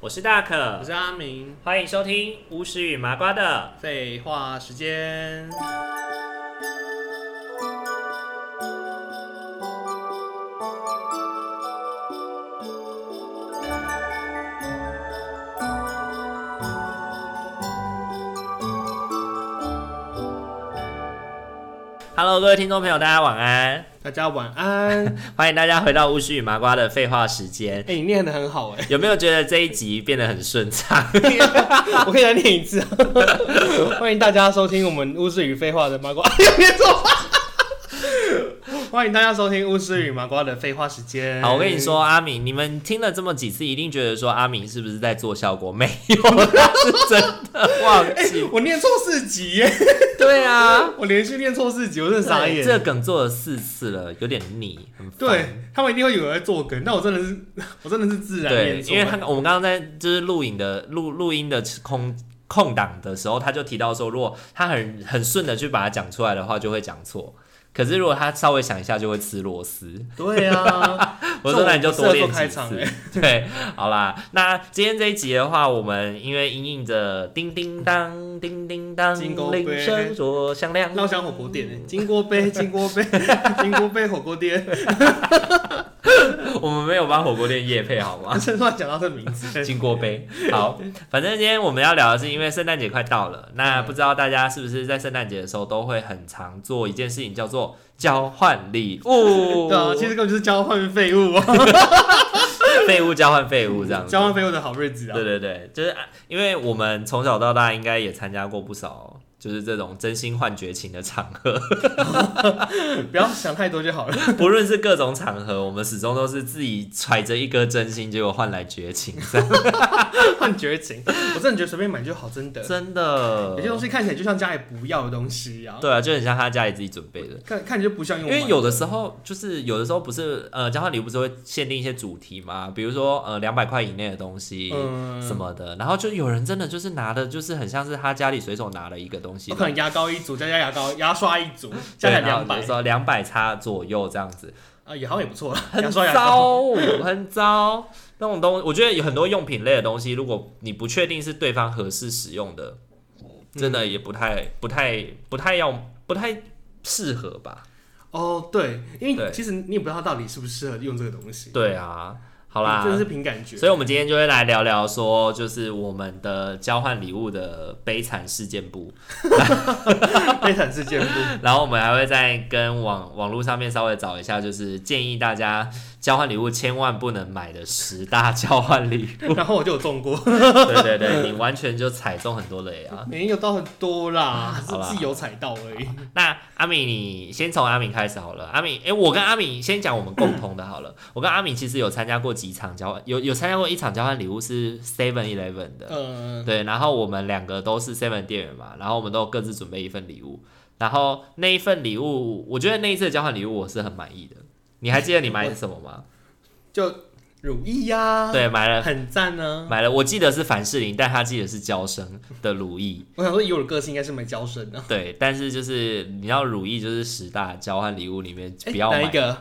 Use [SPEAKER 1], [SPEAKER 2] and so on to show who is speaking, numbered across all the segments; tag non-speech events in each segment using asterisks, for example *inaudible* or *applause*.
[SPEAKER 1] 我是大可
[SPEAKER 2] 我，是阿明。
[SPEAKER 1] 欢迎收听巫师与麻瓜的。
[SPEAKER 2] 废话时间，
[SPEAKER 1] Hello，各位听众朋友，大家晚安，
[SPEAKER 2] 大家晚安。哎、
[SPEAKER 1] 欢迎大家回到巫师与麻瓜的废话时间。
[SPEAKER 2] 你念的很好 *laughs* *laughs* 哎、
[SPEAKER 1] 有没有觉得这一集变得很顺
[SPEAKER 2] *laughs*
[SPEAKER 1] 畅？
[SPEAKER 2] 我可以再念一次啊。 *laughs* 欢迎大家收听我们巫师与废话的麻瓜， *laughs* 哎又念错话。欢迎大家收听巫师与麻瓜的废话时间。
[SPEAKER 1] 好，我跟你，说，阿敏，你们听了这么几次，一定觉得说阿敏是不是在做效果？没有， *laughs* 他是真的忘记。
[SPEAKER 2] 我念错四集耶，
[SPEAKER 1] 对啊，
[SPEAKER 2] *laughs* 我连续念错四集，我真的哎傻
[SPEAKER 1] 对啊
[SPEAKER 2] 眼。
[SPEAKER 1] 这个梗做了四次了，有点腻，很烦
[SPEAKER 2] 对他们一定会以为在做梗，但我真的是， *laughs* 我真的是自然
[SPEAKER 1] 对
[SPEAKER 2] 念，错。
[SPEAKER 1] 因为他我们刚刚在就是录影的录录音的空空档的时候，他就提到说，如果他很很顺的去把它讲出来的话，就会讲错。可是如果他稍微想一下，就会吃螺丝。
[SPEAKER 2] 对 *laughs* 啊，
[SPEAKER 1] 我说那你就多练
[SPEAKER 2] 这我不适合做
[SPEAKER 1] 几
[SPEAKER 2] 开场
[SPEAKER 1] 次
[SPEAKER 2] 欸。
[SPEAKER 1] *laughs* 对，好啦，那今天这一集的话，我们因为隐隐着叮叮当、叮叮当，
[SPEAKER 2] 金钩
[SPEAKER 1] 铃
[SPEAKER 2] 杯
[SPEAKER 1] 声作响亮。
[SPEAKER 2] 那我想火锅店耶，欸金锅杯，金锅杯， *laughs* 金锅杯火锅店。
[SPEAKER 1] 我们没有帮火锅店夜配好
[SPEAKER 2] *laughs*
[SPEAKER 1] 吗
[SPEAKER 2] 啊，？这突然讲到这名
[SPEAKER 1] *laughs*
[SPEAKER 2] *laughs* 字，
[SPEAKER 1] 金锅杯。好，反正今天我们要聊的是，因为圣诞节快到了，那
[SPEAKER 2] 嗯
[SPEAKER 1] 不知道大家是不是在圣诞节的时候都会很常做一件事情，叫做交换礼物。
[SPEAKER 2] *laughs* 对啊，其实根本就是交换废物啊，
[SPEAKER 1] 废物交换废 *laughs* 物这样子。
[SPEAKER 2] 交换废物的好日子啊
[SPEAKER 1] 对。对对，就是啊因为我们从小到大应该也参加过不少，就是这种真心换绝情的场
[SPEAKER 2] *laughs*
[SPEAKER 1] 合，
[SPEAKER 2] *laughs* 不要想太多就好了。
[SPEAKER 1] *laughs* 不论是各种场合，我们始终都是自己揣着一颗真心，结果换来绝情，这样
[SPEAKER 2] 换绝情， *laughs* 我真的觉得随便买就好，真的。
[SPEAKER 1] 真的
[SPEAKER 2] 有。些东西看起来就像家里不要的东西啊，
[SPEAKER 1] 对啊，就很像他家里自己准备的。
[SPEAKER 2] 看看起来就不像用
[SPEAKER 1] 因
[SPEAKER 2] 买。
[SPEAKER 1] 为有的时候就是有的时候不是呃交换礼物不是会限定一些主题嘛，比如说呃两百块以内的东西。
[SPEAKER 2] 嗯，
[SPEAKER 1] 什么的，然后就有人真的就是拿的，就是很像是他家里随手拿了一个东西
[SPEAKER 2] 我，哦可能牙膏一组，再加牙膏、 *laughs* 牙刷一组，加起来两百
[SPEAKER 1] 说两百差左右这样
[SPEAKER 2] *laughs*
[SPEAKER 1] 子，
[SPEAKER 2] 啊，也好像也不错啦。
[SPEAKER 1] *laughs*
[SPEAKER 2] 牙
[SPEAKER 1] 很
[SPEAKER 2] 刷、牙膏，
[SPEAKER 1] 糟，很糟。那种东，我觉得有很多用品类的东西，如果你不确定是对方合适使用的，真的也不太、不太、不太要、不太适合吧。
[SPEAKER 2] 哦，对，因
[SPEAKER 1] 对
[SPEAKER 2] 为其实你也不知道它到底适不适合用这个东西。
[SPEAKER 1] 对啊，好啦，
[SPEAKER 2] 嗯真的是凭感觉。
[SPEAKER 1] 所以，我们今天就会来聊聊说，就是我们的交换礼物的悲惨事件簿，
[SPEAKER 2] *laughs* 悲惨事
[SPEAKER 1] *laughs*
[SPEAKER 2] 件簿，
[SPEAKER 1] 然后我们还会再跟网网络上面稍微找一下，就是建议大家交换礼物千万不能买的十大交换礼物。
[SPEAKER 2] 然后我就有中过。
[SPEAKER 1] *laughs* 对对对， *laughs* 你完全就踩中很多雷啊！
[SPEAKER 2] 没有到很多啦，是
[SPEAKER 1] 好啦
[SPEAKER 2] 自己有踩到而已。
[SPEAKER 1] 那阿敏，你先从阿敏开始好了。阿敏，诶，我跟阿敏先讲我们共同的好了。我跟阿敏其实有参加过几场交换，有有参加过一场交换礼物是 Seven Eleven 的。
[SPEAKER 2] 嗯，
[SPEAKER 1] 对，然后我们两个都是 Seven 店员嘛，然后我们都各自准备一份礼物，然后那一份礼物，我觉得那一次的交换礼物我是很满意的。你还记得你买了什么吗？
[SPEAKER 2] 就如意呀、
[SPEAKER 1] 对，啊买了
[SPEAKER 2] 很赞啊呢、
[SPEAKER 1] 买了，我记得是凡士林，但他记得是娇生的乳液。
[SPEAKER 2] 我想说，以我的个性，应该是买娇生的。
[SPEAKER 1] 对，但是就是你要乳液，就是十大交换礼物里面 *laughs*
[SPEAKER 2] 哎
[SPEAKER 1] 不要
[SPEAKER 2] 哪
[SPEAKER 1] 买。
[SPEAKER 2] 一
[SPEAKER 1] *laughs*
[SPEAKER 2] 个？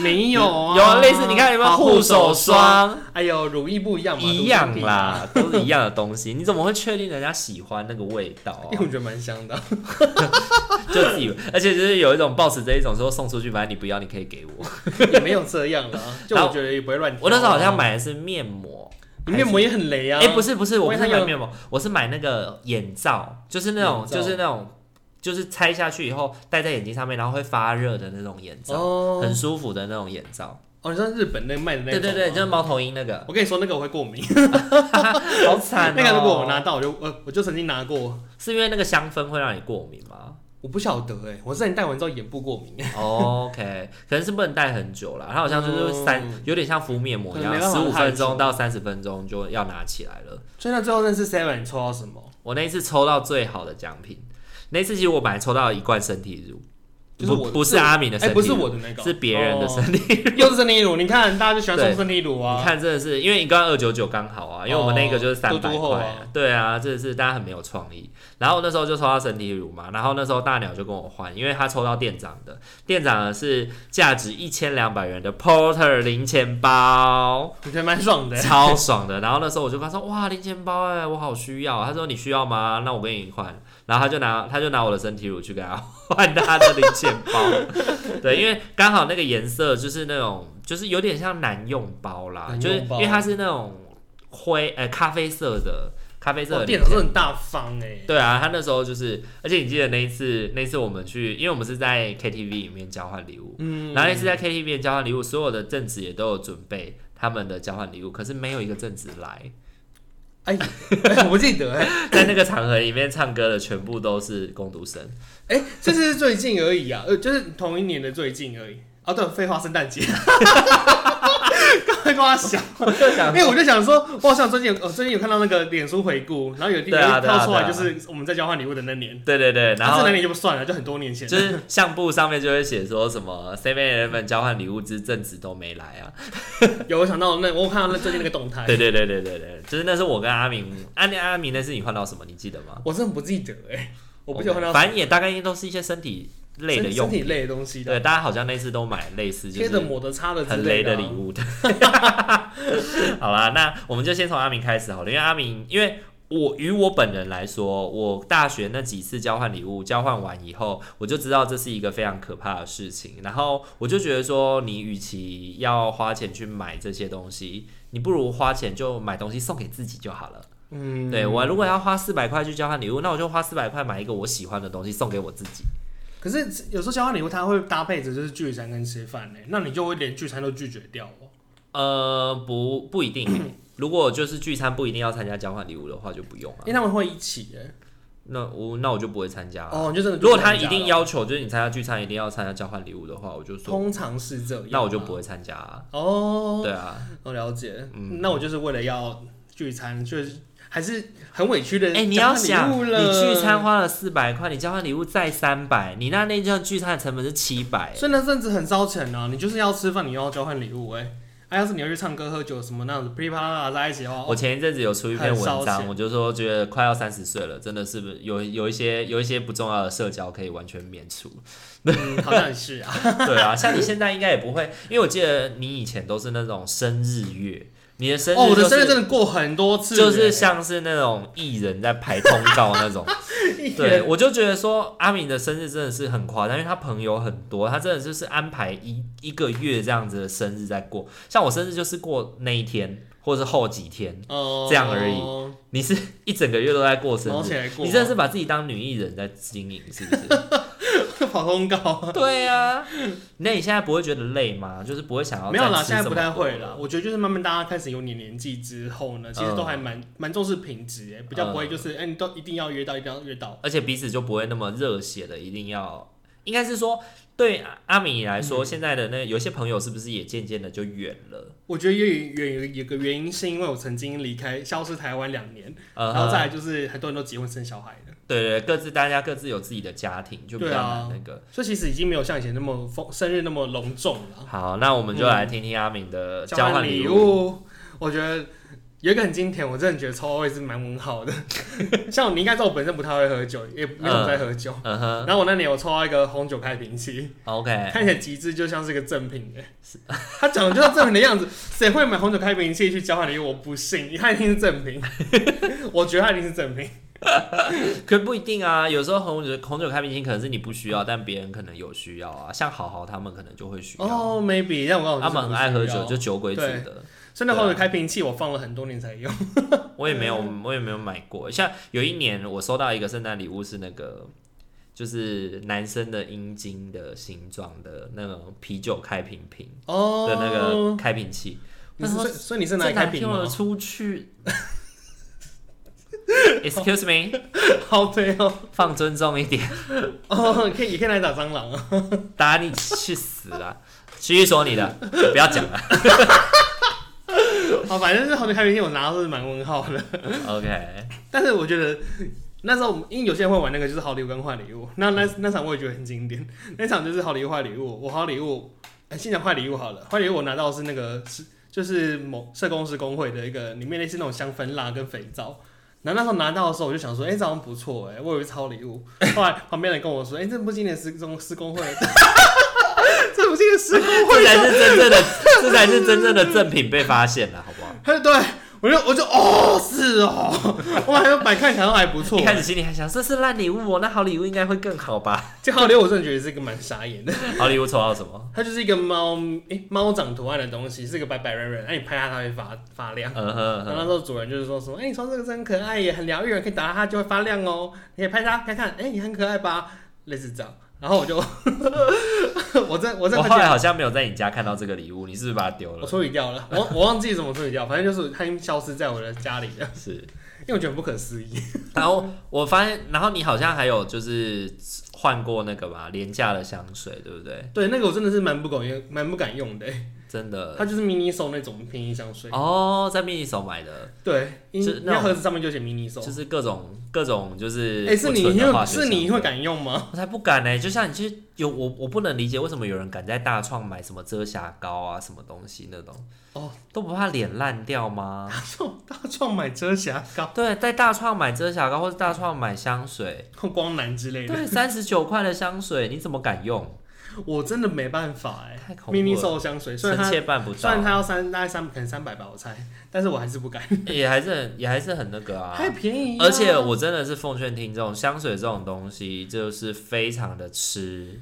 [SPEAKER 2] 没有啊，
[SPEAKER 1] 有啊类似你看有没有
[SPEAKER 2] 好
[SPEAKER 1] 护手霜
[SPEAKER 2] 霜？哎呦，如意不一样嘛，
[SPEAKER 1] 一样
[SPEAKER 2] 乳液不一样。
[SPEAKER 1] 啦，都是一样的东西，你怎么会确定人家喜欢那个味道、啊 *laughs*
[SPEAKER 2] *laughs* 因为？我觉得蛮香的，
[SPEAKER 1] 就自己，而且就是有一种抱持这一种说送出去，反正你不要，你可以给我。
[SPEAKER 2] 也没有这样啦。就
[SPEAKER 1] 然
[SPEAKER 2] 我
[SPEAKER 1] 后
[SPEAKER 2] 觉得也不会乱挑啊。
[SPEAKER 1] 我那时候好像买的是面膜，
[SPEAKER 2] 你面膜也很雷啊。
[SPEAKER 1] 哎、不是不是，我
[SPEAKER 2] 我
[SPEAKER 1] 不
[SPEAKER 2] 以
[SPEAKER 1] 是
[SPEAKER 2] 为
[SPEAKER 1] 买
[SPEAKER 2] 它有
[SPEAKER 1] 面膜，我是买那个眼罩，就是那种
[SPEAKER 2] 眼罩
[SPEAKER 1] 就是那种就是拆下去以后戴在眼睛上面，然后会发热的那种眼罩，
[SPEAKER 2] 哦
[SPEAKER 1] 很舒服的那种眼罩。
[SPEAKER 2] 哦，你说日本那卖的那
[SPEAKER 1] 对
[SPEAKER 2] 种
[SPEAKER 1] 对对，
[SPEAKER 2] 吗
[SPEAKER 1] 就是猫头鹰那
[SPEAKER 2] *laughs*
[SPEAKER 1] 个，
[SPEAKER 2] 我跟你说，那个我会过敏。
[SPEAKER 1] 好惨、哦。
[SPEAKER 2] 那个如果我拿，到，我就呃我我就曾经拿过，
[SPEAKER 1] 是因为那个香氛会让你过敏吗
[SPEAKER 2] 我不晓得哎，我之前戴完之后眼部过敏。
[SPEAKER 1] *laughs* 哦？OK，可能 *laughs* 是不能戴很久啦，它好像就是三，
[SPEAKER 2] 嗯
[SPEAKER 1] 有点像敷面膜一样
[SPEAKER 2] 可，能没
[SPEAKER 1] 十
[SPEAKER 2] 办
[SPEAKER 1] 五
[SPEAKER 2] 法太
[SPEAKER 1] 分钟到三十分钟就要拿起来了。
[SPEAKER 2] 所以那最后那次 Seven 你抽到什么？
[SPEAKER 1] 我那一次抽到最好的奖品，那一次其实我本来抽到一罐身体乳，
[SPEAKER 2] 就是我
[SPEAKER 1] 不不是阿敏的
[SPEAKER 2] 哎、
[SPEAKER 1] 身体
[SPEAKER 2] 不是
[SPEAKER 1] 乳
[SPEAKER 2] 我的那个，
[SPEAKER 1] 是别人的
[SPEAKER 2] 哦
[SPEAKER 1] 身体乳。
[SPEAKER 2] 又是生体乳，你看大家就喜欢送
[SPEAKER 1] 对
[SPEAKER 2] 生体乳啊。
[SPEAKER 1] 你看，真的是因为你刚刚二九九刚好啊，因为我们那个就是三
[SPEAKER 2] 哦嘟
[SPEAKER 1] 百
[SPEAKER 2] 嘟厚
[SPEAKER 1] 块
[SPEAKER 2] 啊
[SPEAKER 1] 啊，对啊，真的是大家很没有创意。然后那时候就抽到身体乳嘛，然后那时候大鸟就跟我换，因为他抽到店长的，店长的是价值一千两百元的 Porter 零钱包。
[SPEAKER 2] 你觉得蛮爽
[SPEAKER 1] *laughs*
[SPEAKER 2] 的。
[SPEAKER 1] 超爽的。然后那时候我就跟他说：“哇，零钱包哎、我好需要。”他说：“你需要吗？那我跟你换。”然后他就拿他就拿我的身体乳去给他换他的零钱
[SPEAKER 2] *laughs*
[SPEAKER 1] 包。对，因为刚好那个颜色就是那种就是有点像男用包啦，
[SPEAKER 2] 男用
[SPEAKER 1] 就是
[SPEAKER 2] 包
[SPEAKER 1] 因为它是那种灰呃咖啡色的咖啡色
[SPEAKER 2] 哇，
[SPEAKER 1] 的
[SPEAKER 2] 店
[SPEAKER 1] 零
[SPEAKER 2] 长是
[SPEAKER 1] 钱。
[SPEAKER 2] 很大方哎、
[SPEAKER 1] 对啊，他那时候就是，而且你记得那一次，那一次我们去，因为我们是在 KTV 里面交换礼物，
[SPEAKER 2] 嗯
[SPEAKER 1] 然后那次在 KTV 的交换礼物，所有的正职也都有准备他们的交换礼物，可是没有一个正职来。
[SPEAKER 2] 哎， *laughs* 我不记得哎、
[SPEAKER 1] 在那个场合里面唱歌的全部都是工读生，
[SPEAKER 2] 哎、这次是最近而已啊，呃，就是同一年的最近而已。啊，对，废话，圣诞节， *laughs* 刚才跟我想，因为我就想说，我好像最近有，我哦最近有看到那个脸书回顾，然后有地
[SPEAKER 1] 对啊
[SPEAKER 2] 方
[SPEAKER 1] 对啊
[SPEAKER 2] 跳出来，就
[SPEAKER 1] 对啊
[SPEAKER 2] 是我们在交换礼物的那年，
[SPEAKER 1] 对对对，然
[SPEAKER 2] 啊
[SPEAKER 1] 后
[SPEAKER 2] 这那年就不算了，就很多年前了，
[SPEAKER 1] 就是相簿上面就会写说什么 Seven Eleven 交换礼物之正职都没来啊，
[SPEAKER 2] 有我想到那，我看到那最近那个动态，
[SPEAKER 1] 对对对对对对，就是那是我跟阿明，阿那阿明那是你换到什么，你记得吗？
[SPEAKER 2] 我真的不记得哎、我不记得看到
[SPEAKER 1] 反正也大概都是一些身体类的
[SPEAKER 2] 身
[SPEAKER 1] 用
[SPEAKER 2] 身体
[SPEAKER 1] 品，
[SPEAKER 2] 类的东西的，
[SPEAKER 1] 对，大家好像那次都买类似就
[SPEAKER 2] 贴的、
[SPEAKER 1] 是
[SPEAKER 2] 抹的、擦的之
[SPEAKER 1] 很
[SPEAKER 2] 类
[SPEAKER 1] 雷
[SPEAKER 2] 的
[SPEAKER 1] 的
[SPEAKER 2] 啊
[SPEAKER 1] 礼物的。 *laughs* 好啦，那我们就先从阿明开始好了，因为阿明，因为我与我本人来说，我大学那几次交换礼物，交换完以后，我就知道这是一个非常可怕的事情。然后我就觉得说，你与其要花钱去买这些东西，你不如花钱就买东西送给自己就好了。
[SPEAKER 2] 嗯，
[SPEAKER 1] 对我如果要花四百块去交换礼物，那我就花四百块买一个我喜欢的东西送给我自己。
[SPEAKER 2] 可是有时候交换礼物，它会搭配着就是聚餐跟吃饭呢，那你就会连聚餐都拒绝掉哦。
[SPEAKER 1] 呃，不不一定。如果就是聚餐不一定要参加交换礼物的话，就不用啊
[SPEAKER 2] 因。为他们会一起耶。
[SPEAKER 1] 那我那我就不会参加啊、
[SPEAKER 2] 哦，你就真的。
[SPEAKER 1] 如果他一定，要求就是你参加聚餐一定要参加交换礼物的话，我就说
[SPEAKER 2] 通常是这样啊。
[SPEAKER 1] 那我就不会参加、啊。
[SPEAKER 2] 哦，
[SPEAKER 1] 对啊，
[SPEAKER 2] 我了解。
[SPEAKER 1] 嗯
[SPEAKER 2] 那我就是为了要聚餐，就是还是很委屈的。
[SPEAKER 1] 哎、你要想，你聚餐
[SPEAKER 2] 花，
[SPEAKER 1] 花了四百块，你交换礼物再三百，你那那这聚餐的成本是七百，
[SPEAKER 2] 所以那阵子很烧钱啊。你就是要吃饭，你又要交换礼物，哎，啊，要是你要去唱歌、喝酒什么那样子，噼里啪啦啦在一起的话，
[SPEAKER 1] 我前一阵子有出一篇
[SPEAKER 2] 哦很烧
[SPEAKER 1] 文章，
[SPEAKER 2] 钱
[SPEAKER 1] 我就说觉得快要三十岁了，真的是不是有有一些有一些不重要的社交可以完全免除。
[SPEAKER 2] 嗯，好像也是
[SPEAKER 1] *laughs*
[SPEAKER 2] 啊。 *laughs*
[SPEAKER 1] 对啊，像你现在应该也不会，因为我记得你以前都是那种生日月，你的生日、
[SPEAKER 2] 哦，我
[SPEAKER 1] 就
[SPEAKER 2] 的
[SPEAKER 1] 是
[SPEAKER 2] 生日真的过很多次耶，欸
[SPEAKER 1] 就是像是那种艺人在排通告那
[SPEAKER 2] *laughs*
[SPEAKER 1] 种。
[SPEAKER 2] 一
[SPEAKER 1] 对，
[SPEAKER 2] 人
[SPEAKER 1] 我就觉得说阿敏的生日真的是很夸张，因为他朋友很多，他真的就是安排一一个月这样子的生日在过。像我生日就是过那一天，或者是后几天，
[SPEAKER 2] 哦
[SPEAKER 1] 这样而已你是 *laughs* 一整个月都在过生
[SPEAKER 2] 毛起
[SPEAKER 1] 日。
[SPEAKER 2] 来过，
[SPEAKER 1] 你真的是把自己当女艺人在经营，是不
[SPEAKER 2] *laughs*
[SPEAKER 1] 是？
[SPEAKER 2] 是跑通告？
[SPEAKER 1] 对呀、啊，那你现在不会觉得累吗？就是不会想要
[SPEAKER 2] 没有
[SPEAKER 1] 再
[SPEAKER 2] 啦，
[SPEAKER 1] 吃
[SPEAKER 2] 现在
[SPEAKER 1] 这
[SPEAKER 2] 不
[SPEAKER 1] 么嗯
[SPEAKER 2] 太
[SPEAKER 1] 多
[SPEAKER 2] 会啦。。我觉得就是慢慢大家开始有点年纪之后呢，其
[SPEAKER 1] 嗯
[SPEAKER 2] 实都还蛮蛮、重视品质诶、比较不会就是哎、你都一定要约到，一定要约到。
[SPEAKER 1] 而且彼此就不会那么热血的，一定要，应该是说对阿米来说，
[SPEAKER 2] 嗯
[SPEAKER 1] 现在的那有些朋友是不是也渐渐的就远了？
[SPEAKER 2] 我觉得也有有有有个原因是因为我曾经离开消失台湾两年，
[SPEAKER 1] 呃，
[SPEAKER 2] 然后再来就是很多人都结婚生小孩了，
[SPEAKER 1] 对对，各自大家各自有自己的家庭，就比较难那个。
[SPEAKER 2] 所以其实已经没有像以前那么丰生日那么隆重了。
[SPEAKER 1] 好，那我们就来听听阿敏的交
[SPEAKER 2] 换
[SPEAKER 1] 换礼物。
[SPEAKER 2] 物，我觉得。有一个很经典，我真的觉得抽也是蛮文
[SPEAKER 1] *laughs*
[SPEAKER 2] 好的。像你应该知道，我本身不太会喝酒，也没怎么在喝酒。
[SPEAKER 1] 嗯哎哼
[SPEAKER 2] 然后我那年我抽到一个红酒开瓶器，
[SPEAKER 1] ，OK，
[SPEAKER 2] 看起来极致就像是个正品哎、它长得就像正品的样子， *laughs* 谁会买红酒开瓶器去交换礼物？我
[SPEAKER 1] *laughs*
[SPEAKER 2] 不信，它一定是正品，我觉得它一定是正品。
[SPEAKER 1] 可不一定啊。有时候红酒红酒开瓶器可能是你不需要，但别人可能有需要啊。像好好他们可能就会需要，
[SPEAKER 2] 哦、m a y b e 但我刚好
[SPEAKER 1] 他们很爱喝酒，就
[SPEAKER 2] 就
[SPEAKER 1] 酒鬼组
[SPEAKER 2] 对
[SPEAKER 1] 的。
[SPEAKER 2] 哦所以那红酒开瓶器我放了很多年才
[SPEAKER 1] 啊
[SPEAKER 2] 用。
[SPEAKER 1] 我也没有，
[SPEAKER 2] 嗯
[SPEAKER 1] 我也没有买过。像有一年我收到一个圣诞礼物是那个，就是男生的阴茎的形状的那种啤酒开瓶瓶
[SPEAKER 2] 哦
[SPEAKER 1] 的那个，开瓶器。
[SPEAKER 2] 你是所以所以你是
[SPEAKER 1] 啊这
[SPEAKER 2] 拿来开
[SPEAKER 1] 男
[SPEAKER 2] 瓶
[SPEAKER 1] 听我
[SPEAKER 2] 吗？
[SPEAKER 1] 出去？Excuse me，
[SPEAKER 2] *laughs* 好对哦，
[SPEAKER 1] 放尊重一点，
[SPEAKER 2] 哦，可以也可以拿来打蟑螂啊。
[SPEAKER 1] 打你去死啊！继续说你的，不要讲了。
[SPEAKER 2] 哦好，反正是红酒开瓶器我拿到是蛮问号的， *laughs*
[SPEAKER 1] OK，
[SPEAKER 2] 但是我觉得那时候我们因为有些人会玩那个就是好礼物跟坏礼物，那那那场我也觉得很经典， *laughs* 那场就是好礼物坏礼物，我好礼物，哎先讲坏礼物好了，坏礼物我拿到的是那个是就是某社工师工会的一个里面类似那种香氛蜡跟肥皂。然后那时候拿到的时候，我就想说，哎、这好像不错哎、我以为是好礼物。后来旁边人跟我说，哎、这不今年施工施工会 *laughs* 的，这不今年施工
[SPEAKER 1] 这才是真正的，这才是真正的正品被发现了，好不好？
[SPEAKER 2] 他就对我就我就哦是哦，我还有百看起来都还不错
[SPEAKER 1] 一。开始心里还想这是烂礼物哦，那好礼物应该会更好吧？
[SPEAKER 2] 这好礼物我真的觉得是一个蛮傻眼的，
[SPEAKER 1] 好礼物抽到什么？
[SPEAKER 2] 它就是一个猫嗯诶猫掌图案的东西，是一个白白软软，那、你拍它它会发发亮。
[SPEAKER 1] 嗯哼
[SPEAKER 2] 然后那
[SPEAKER 1] 哼，
[SPEAKER 2] 时候主人就是说什么，哎、你穿这个真可爱耶，很疗愈，可以打它就会发亮哦。你可以拍它看看，哎、你很可爱吧？类似这样。然后我就， *laughs* 我在我在
[SPEAKER 1] 我后来好像没有在你家看到这个礼物，你是不是把它丢
[SPEAKER 2] *laughs* 我
[SPEAKER 1] 了？
[SPEAKER 2] 处理掉了，我我忘记怎么处理掉，反正就是它已经消失在我的家里了，
[SPEAKER 1] 是。
[SPEAKER 2] 因为我觉得很不可思议。
[SPEAKER 1] 然后我发现，然后你好像还有就是换过那个吧，廉价的香水，对不对？
[SPEAKER 2] 对，那个我真的是蛮不敢用，蛮不敢用的。
[SPEAKER 1] 真的
[SPEAKER 2] 它就是迷你手那种便宜香水，
[SPEAKER 1] 哦，在秘密手买的，
[SPEAKER 2] 对，因
[SPEAKER 1] 是那
[SPEAKER 2] 那
[SPEAKER 1] 种
[SPEAKER 2] 盒子上面就写迷你手。
[SPEAKER 1] 就是各种各种就是
[SPEAKER 2] 哎、
[SPEAKER 1] 不
[SPEAKER 2] 是你
[SPEAKER 1] 纯的化
[SPEAKER 2] 会
[SPEAKER 1] 学
[SPEAKER 2] 是
[SPEAKER 1] 香
[SPEAKER 2] 你会
[SPEAKER 1] 水
[SPEAKER 2] 敢用吗？ *laughs*
[SPEAKER 1] 我才不敢呢、就像你去有我，我不能理解为什么有人敢在大创买什么遮瑕膏啊，什么东西那种，
[SPEAKER 2] 哦，
[SPEAKER 1] 都不怕脸烂掉
[SPEAKER 2] *laughs*
[SPEAKER 1] 吗？
[SPEAKER 2] 大创买遮瑕膏、 *laughs*
[SPEAKER 1] 对，在大创买遮瑕膏或者大创买香水，
[SPEAKER 2] 光南之类的，
[SPEAKER 1] 对，三十九块的香水你怎么敢用？
[SPEAKER 2] 我真的没办法哎、
[SPEAKER 1] 太恐怖
[SPEAKER 2] 迷你
[SPEAKER 1] 了，
[SPEAKER 2] 手香水，虽然
[SPEAKER 1] 臣
[SPEAKER 2] 它
[SPEAKER 1] 妾办不
[SPEAKER 2] 虽然
[SPEAKER 1] 到，
[SPEAKER 2] 它要三大概三可能三百吧，我猜，但是我还是不敢，
[SPEAKER 1] *laughs* 也还是很也还是很那个啊。
[SPEAKER 2] 太便宜啊、
[SPEAKER 1] 而且我真的是奉劝听众，香水这种东西就是非常的吃，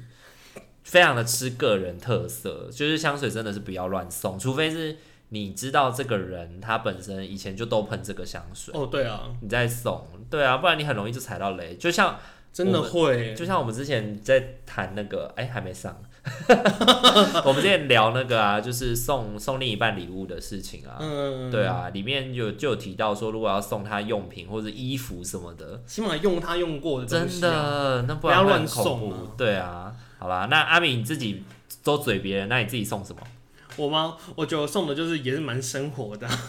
[SPEAKER 1] 非常的吃个人特色，就是香水真的是不要乱送，除非是你知道这个人他本身以前就都喷这个香水，
[SPEAKER 2] 哦对啊，
[SPEAKER 1] 你再送，对啊，不然你很容易就踩到雷。就像
[SPEAKER 2] 真的会、
[SPEAKER 1] 就像我们之前在谈那个，哎、还没上， *laughs* 我们之前聊那个啊，就是送送另一半礼物的事情啊。
[SPEAKER 2] 嗯，
[SPEAKER 1] 对，啊，里面有就有提到说，如果要送他用品或者衣服什么的，
[SPEAKER 2] 起码用它用过的东
[SPEAKER 1] 真
[SPEAKER 2] 西啊、
[SPEAKER 1] 的，那不
[SPEAKER 2] 不要
[SPEAKER 1] 然会
[SPEAKER 2] 乱
[SPEAKER 1] 很恐
[SPEAKER 2] 送
[SPEAKER 1] 怖
[SPEAKER 2] 啊。
[SPEAKER 1] 对啊，好啦，那阿敏你自己都嘴别人，那你自己送什么？ *laughs*
[SPEAKER 2] 我妈我觉得我送的就是也是蛮生活的啊、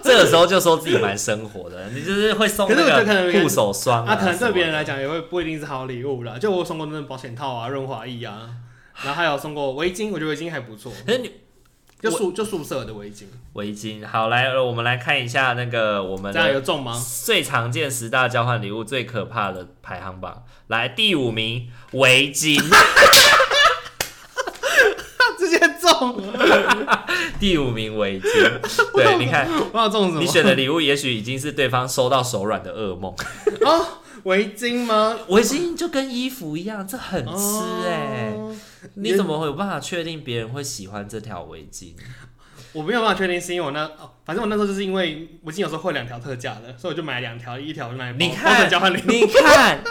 [SPEAKER 1] 这个时候就说自己蛮生活的，你就是会送
[SPEAKER 2] 可
[SPEAKER 1] 那
[SPEAKER 2] 是我觉得可能有
[SPEAKER 1] 个
[SPEAKER 2] 点
[SPEAKER 1] 护手霜
[SPEAKER 2] 啊，可能
[SPEAKER 1] 什么
[SPEAKER 2] 对别人
[SPEAKER 1] 的
[SPEAKER 2] 来讲也会不一定是好礼物啦。就我送过那种保险套啊、润滑液啊，然后还有送过围巾，我觉得围巾还不错，
[SPEAKER 1] 可是你
[SPEAKER 2] 就宿就宿舍的围巾，
[SPEAKER 1] 围巾，好来，呃我们来看一下那个我们
[SPEAKER 2] 这样
[SPEAKER 1] 的
[SPEAKER 2] 有
[SPEAKER 1] *laughs*
[SPEAKER 2] 中吗？
[SPEAKER 1] 最常见十大交换礼物最可怕的排行榜。来，第五名围巾，
[SPEAKER 2] 直接中，
[SPEAKER 1] 第五名围巾。对，你看
[SPEAKER 2] 我要中什
[SPEAKER 1] 你
[SPEAKER 2] 么？
[SPEAKER 1] 选的礼物，也许已经是对方收到手软的噩梦。
[SPEAKER 2] 哦，围巾吗？
[SPEAKER 1] 围巾就跟衣服一样，这很吃哎、
[SPEAKER 2] 哦
[SPEAKER 1] 你怎么会有办法确定别人会喜欢这条围巾？ *laughs*
[SPEAKER 2] 我没有办法确定，是因为我那、哦，反正我那时候就是因为围巾有时候会两条特价的，所以我就买两条，一条就买包
[SPEAKER 1] 你
[SPEAKER 2] 包成
[SPEAKER 1] 看
[SPEAKER 2] 交换礼，物。
[SPEAKER 1] 你看，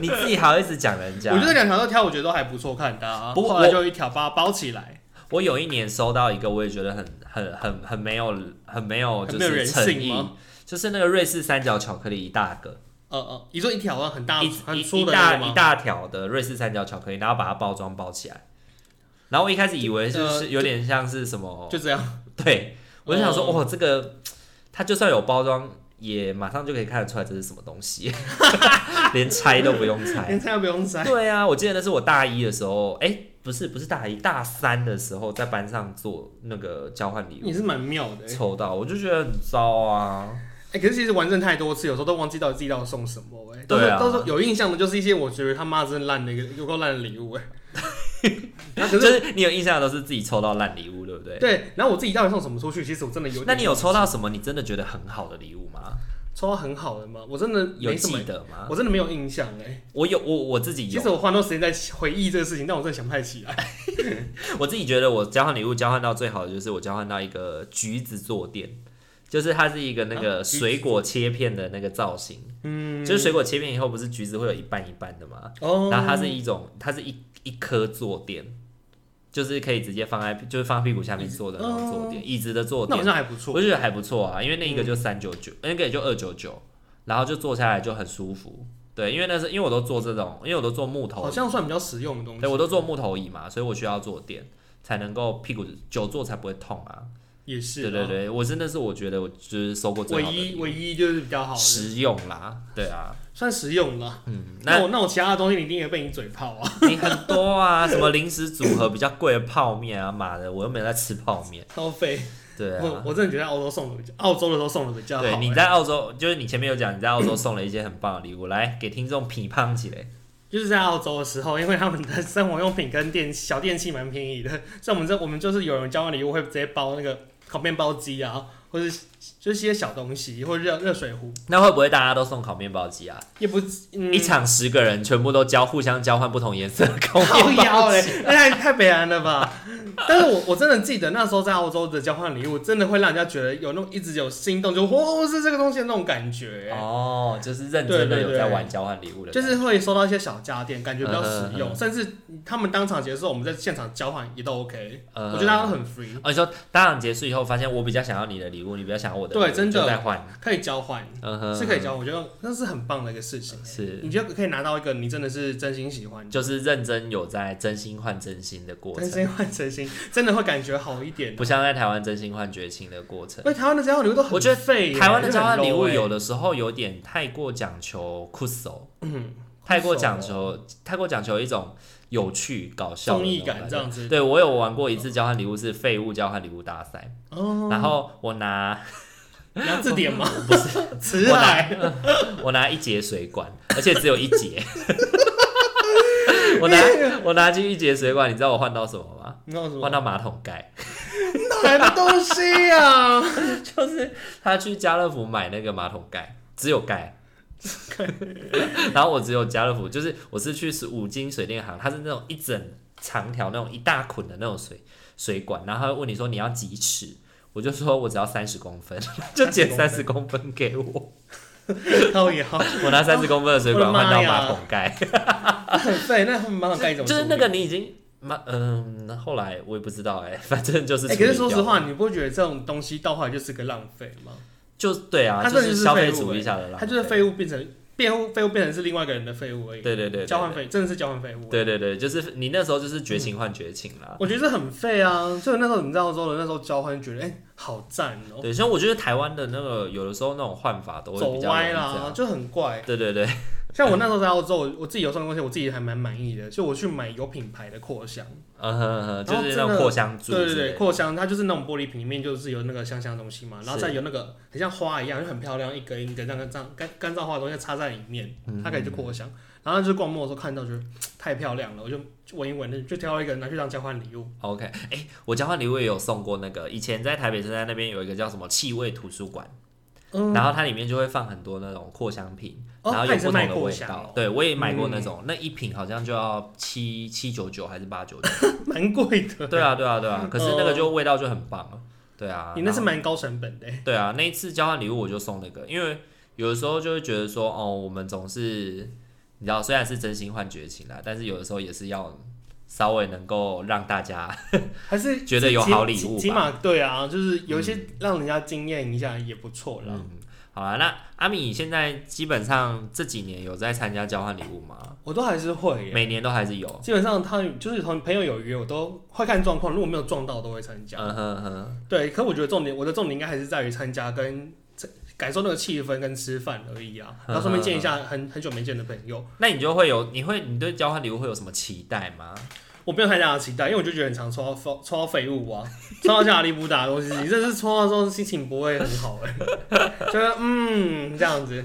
[SPEAKER 1] 你自己好意思讲人家
[SPEAKER 2] 我觉？得两条都挑，我觉得都还不错看的、啊。
[SPEAKER 1] 不过
[SPEAKER 2] 后来就一条包包起来，
[SPEAKER 1] 我有一年收到一个，我也觉得很很很很没有很没有
[SPEAKER 2] 很
[SPEAKER 1] 就
[SPEAKER 2] 没有
[SPEAKER 1] 是
[SPEAKER 2] 人
[SPEAKER 1] 诚
[SPEAKER 2] 性
[SPEAKER 1] 意
[SPEAKER 2] 吗，
[SPEAKER 1] 就是那个瑞士三角巧克力一大个，
[SPEAKER 2] 呃呃，你说一条啊，很大
[SPEAKER 1] 一
[SPEAKER 2] 很
[SPEAKER 1] 一
[SPEAKER 2] 粗
[SPEAKER 1] 一
[SPEAKER 2] 的那
[SPEAKER 1] 大
[SPEAKER 2] 个
[SPEAKER 1] 一
[SPEAKER 2] 吗？
[SPEAKER 1] 大条的瑞士三角巧克力，然后把它包装包起来。然后我一开始以为是
[SPEAKER 2] 呃
[SPEAKER 1] 是有点像是什么
[SPEAKER 2] 就这样。
[SPEAKER 1] 对，我就想说，
[SPEAKER 2] 哦
[SPEAKER 1] 哇，这个它就算有包装，也马上就可以看得出来这是什么东西， *laughs* 连拆都不用拆
[SPEAKER 2] *laughs* 连。菜都不用塞。
[SPEAKER 1] 对啊，我记得那是我大一的时候，哎、不是不是大一，大三的时候在班上做那个交换礼
[SPEAKER 2] 你
[SPEAKER 1] 物，
[SPEAKER 2] 是蛮妙的欸、
[SPEAKER 1] 抽到，我就觉得很糟啊。
[SPEAKER 2] 哎、可是其实玩真的太多次，有时候都忘记到底自己到底送什么哎、都是、
[SPEAKER 1] 对啊
[SPEAKER 2] 都是有印象的，就是一些我觉得他妈真烂的一个有够烂的礼物
[SPEAKER 1] *laughs*
[SPEAKER 2] 哎、那可
[SPEAKER 1] 就是是你有印象的都是自己抽到烂礼物，对不对？
[SPEAKER 2] 对，然后我自己到底送什么出去，其实我真的有。
[SPEAKER 1] 那你有抽到什么你真的觉得很好的礼物吗？
[SPEAKER 2] 抽到很好的吗？我真的
[SPEAKER 1] 有
[SPEAKER 2] 没什么
[SPEAKER 1] 记，得吗？
[SPEAKER 2] 我真的没有印象哎、
[SPEAKER 1] 我有，我我自己
[SPEAKER 2] 其
[SPEAKER 1] 有
[SPEAKER 2] 实。我花很多时间在回忆这个事情，但我真的想不太起来。
[SPEAKER 1] 我自己觉得我交换礼物交换到最好的就是我交换到一个橘子坐垫，就是它是一个那
[SPEAKER 2] 啊
[SPEAKER 1] 个
[SPEAKER 2] 橘子
[SPEAKER 1] 水果切片的那个造型，
[SPEAKER 2] 嗯，
[SPEAKER 1] 就是水果切片以后不是橘子会有一半一半的嘛，
[SPEAKER 2] 哦，
[SPEAKER 1] 然后它是一种它是一一颗坐垫，就是可以直接放在就是放屁股下面坐的那种
[SPEAKER 2] 哦
[SPEAKER 1] 坐垫，椅子的坐
[SPEAKER 2] 那好
[SPEAKER 1] 垫，
[SPEAKER 2] 像还不错嗯
[SPEAKER 1] 我。就觉得还不错啊，因为那一个就三九九，那个也就二九九，然后就坐下来就很舒服，对，因为那是因为我都坐这种，因为我都坐木头
[SPEAKER 2] 好像算比较实用的东西。
[SPEAKER 1] 对我都坐木头椅嘛，所以我需要坐垫才能够屁股久坐才不会痛啊。
[SPEAKER 2] 也
[SPEAKER 1] 对
[SPEAKER 2] 是，
[SPEAKER 1] 对，对，我真的是我觉得我就是收过最
[SPEAKER 2] 唯
[SPEAKER 1] 好的
[SPEAKER 2] 一
[SPEAKER 1] 礼物
[SPEAKER 2] 唯一就是比较好的，
[SPEAKER 1] 实用啦，对啊，
[SPEAKER 2] 算实用了。
[SPEAKER 1] 嗯，
[SPEAKER 2] 那
[SPEAKER 1] 那
[SPEAKER 2] 我那我其他的东西你一定也被你嘴炮啊！ *laughs*
[SPEAKER 1] 你很多啊， *laughs* 什么零食组合比较贵的泡面啊，妈的，我又没在吃泡面，
[SPEAKER 2] 消费，
[SPEAKER 1] 对
[SPEAKER 2] 我
[SPEAKER 1] 啊，
[SPEAKER 2] 我真的觉得澳洲送的比较，澳洲的都送的比较好、
[SPEAKER 1] 对，你
[SPEAKER 2] 欸
[SPEAKER 1] 在澳洲，就是你前面有讲你在澳洲送了一些很棒的礼物，来给听众批判起来，
[SPEAKER 2] 就是在澳洲的时候，因为他们的生活用品跟电小电器蛮便宜的， *laughs* 所以我们这我们就是有人交换礼物会直接包那个烤面包机啊，或者就是一些小东西，或者热热水壶，
[SPEAKER 1] 那会不会大家都送烤面包机啊？
[SPEAKER 2] 也不、嗯、
[SPEAKER 1] 一场十个人全部都交互相交换不同颜色的烤
[SPEAKER 2] 靠
[SPEAKER 1] 面
[SPEAKER 2] 腰
[SPEAKER 1] 包
[SPEAKER 2] 嘞
[SPEAKER 1] 机，，
[SPEAKER 2] *laughs* 那太太北安了吧？但是我我真的记得那时候在澳洲的交换礼物，真的会让人家觉得有那种一直有心动，就哦是这个东西的那种感觉、欸
[SPEAKER 1] 哦，就是认真的
[SPEAKER 2] 对对
[SPEAKER 1] 有
[SPEAKER 2] 对
[SPEAKER 1] 在玩交换礼物的
[SPEAKER 2] 就
[SPEAKER 1] 感觉，
[SPEAKER 2] 是会收到一些小家电，感觉比较实
[SPEAKER 1] 嗯嗯
[SPEAKER 2] 用，
[SPEAKER 1] 嗯
[SPEAKER 2] 甚至他们当场结束，我们在现场交换也都 OK，、
[SPEAKER 1] 呃
[SPEAKER 2] 我觉得大家都很 free，
[SPEAKER 1] 哦，你说当场结束以后，发现我比较想要你的礼物，你比较想要我的礼物，
[SPEAKER 2] 对真的
[SPEAKER 1] 就再换，
[SPEAKER 2] 可以交换，
[SPEAKER 1] 嗯哼，
[SPEAKER 2] 是可以交换，我觉得那是很棒的一个事情，
[SPEAKER 1] 是
[SPEAKER 2] 你就可以拿到一个你真的是真心喜欢的，
[SPEAKER 1] 就是认真有在真心换真心的过
[SPEAKER 2] 真
[SPEAKER 1] 程，
[SPEAKER 2] 心换真心，真的会感觉好一点。
[SPEAKER 1] 不像在台湾真心换绝情的过程
[SPEAKER 2] 因。为台湾的交换礼物都很
[SPEAKER 1] 我觉得
[SPEAKER 2] 废耶，
[SPEAKER 1] 台湾的交换礼物
[SPEAKER 2] 又很哎 low 耶
[SPEAKER 1] 有的时候有点太过讲求酷手，
[SPEAKER 2] 嗯
[SPEAKER 1] 太过讲求太过讲求一种有趣搞笑的
[SPEAKER 2] 综艺
[SPEAKER 1] 那种
[SPEAKER 2] 感这样子
[SPEAKER 1] 对我有玩过一次交换礼物是废物交换礼物大赛，
[SPEAKER 2] 哦，
[SPEAKER 1] 然后我拿
[SPEAKER 2] 你要字典吗？
[SPEAKER 1] 不
[SPEAKER 2] *laughs*
[SPEAKER 1] 是
[SPEAKER 2] 词海，
[SPEAKER 1] 我拿一节水管，而且只有一
[SPEAKER 2] *laughs*
[SPEAKER 1] 节。我拿我拿去一节水管，你知道我换到什么吗？
[SPEAKER 2] 你弄什么
[SPEAKER 1] 换？到马桶盖，
[SPEAKER 2] 哪来的东西呀、啊？ *laughs*
[SPEAKER 1] 就是他去家乐福买那个马桶盖，只有盖。 *laughs* 然后我只有家乐福，就是我是去五金水电行，它是那种一整长条那种一大捆的那种水水管，然后他会问你说你要几尺，我就说我只要三十公分， *laughs* 就减三十公分给我，
[SPEAKER 2] 靠也好，
[SPEAKER 1] 我拿三十公分的水管
[SPEAKER 2] 哦我的妈
[SPEAKER 1] 换到
[SPEAKER 2] 呀
[SPEAKER 1] 马桶盖。
[SPEAKER 2] *laughs* 很废，那很麻烦该怎么
[SPEAKER 1] 就
[SPEAKER 2] 处理？
[SPEAKER 1] 是那个你已经蛮嗯，后来我也不知道哎、反正就是
[SPEAKER 2] 哎、
[SPEAKER 1] 处
[SPEAKER 2] 可是
[SPEAKER 1] 理
[SPEAKER 2] 说
[SPEAKER 1] 掉
[SPEAKER 2] 实，话，你不会觉得这种东西到后来就是个浪费吗？
[SPEAKER 1] 就对啊，
[SPEAKER 2] 它
[SPEAKER 1] 就
[SPEAKER 2] 真的就是
[SPEAKER 1] 消费
[SPEAKER 2] 废物
[SPEAKER 1] 主义
[SPEAKER 2] 哎
[SPEAKER 1] 下的浪费，
[SPEAKER 2] 它就是废物变成变物，废物变成是另外一个人的废物而已。
[SPEAKER 1] 对对对对
[SPEAKER 2] 交换废真的是交换废物。，
[SPEAKER 1] 对对对，就是你那时候就是绝
[SPEAKER 2] 嗯
[SPEAKER 1] 情换绝情啦。
[SPEAKER 2] 我觉得这很废啊。所以那时候你知道洲的那时候交换，觉得哎、好赞哦、
[SPEAKER 1] 对，所以我觉得台湾的那个有的时候那种换法都会
[SPEAKER 2] 走
[SPEAKER 1] 比较容易
[SPEAKER 2] 歪
[SPEAKER 1] 这
[SPEAKER 2] 啦，
[SPEAKER 1] 样。
[SPEAKER 2] 就很怪。
[SPEAKER 1] 对对对，
[SPEAKER 2] 像我那时候在澳洲，我我自己有送的东西，我自己还蛮满意的。就我去买有品牌的扩香，
[SPEAKER 1] 嗯哼哼，就
[SPEAKER 2] 然后
[SPEAKER 1] 是
[SPEAKER 2] 真
[SPEAKER 1] 那种
[SPEAKER 2] 的
[SPEAKER 1] 扩香柱
[SPEAKER 2] 对对
[SPEAKER 1] 之
[SPEAKER 2] 对，
[SPEAKER 1] 类的，
[SPEAKER 2] 扩香它就是那种玻璃瓶，里面就是有那个香香的东西嘛，然后
[SPEAKER 1] 是
[SPEAKER 2] 再有那个很像花一样，就很漂亮，一根一根这样这样干干燥花的东西插在里面，
[SPEAKER 1] 嗯
[SPEAKER 2] 它可以去扩香。然后就是逛陌的时候看到，觉得太漂亮了，我就就闻一闻，就挑一个拿去当交换礼物。 *laughs*
[SPEAKER 1] OK，哎、我交换礼物也有送过那个，以前在台北车站那边有一个叫什么气味图书馆，
[SPEAKER 2] 嗯
[SPEAKER 1] 然后它里面就会放很多那种扩香瓶，
[SPEAKER 2] 哦
[SPEAKER 1] 然后
[SPEAKER 2] 它
[SPEAKER 1] 有
[SPEAKER 2] 也是
[SPEAKER 1] 不同
[SPEAKER 2] 卖
[SPEAKER 1] 的
[SPEAKER 2] 扩
[SPEAKER 1] 味
[SPEAKER 2] 香
[SPEAKER 1] 道。
[SPEAKER 2] 哦
[SPEAKER 1] 对，我也买过那种，那一瓶好像就要七七九九还是八九九。
[SPEAKER 2] 蛮贵的。
[SPEAKER 1] 对啊，对啊，对啊。可是那个就味道就很棒了。对啊，
[SPEAKER 2] 嗯你那是
[SPEAKER 1] 然后
[SPEAKER 2] 蛮高成本的欸，
[SPEAKER 1] 对啊，那一次交换礼物我就送那个，因为有的时候就会觉得说，哦，我们总是你知道，虽然是真心换绝情啦，但是有的时候也是要稍微能够让大家 *laughs*
[SPEAKER 2] 还是
[SPEAKER 1] 觉得有好礼物吧
[SPEAKER 2] 起码对啊，就是有一些让人家惊艳一下也不错啦。
[SPEAKER 1] 嗯，好啦，那阿米现在基本上这几年有在参加交换礼物吗？
[SPEAKER 2] 我都还是会耶，
[SPEAKER 1] 每年都还是有。
[SPEAKER 2] 基本上他就是同朋友有约，我都会看状况，如果没有撞到，我都会参加。
[SPEAKER 1] 嗯哼哼，
[SPEAKER 2] 对，可我觉得重点，我的重点应该还是在于参加跟感受那个气氛跟吃饭而已啊，然后顺便见一下很很久没见的朋友。
[SPEAKER 1] 那你就会有，你会你对交换礼物会有什么期待吗？ *laughs*
[SPEAKER 2] 我没有太大的期待，因为我就觉得很常抽到废抽到废物啊，抽到家里不打的东西，你这次抽到之后心情不会很好哎、就是嗯这样子，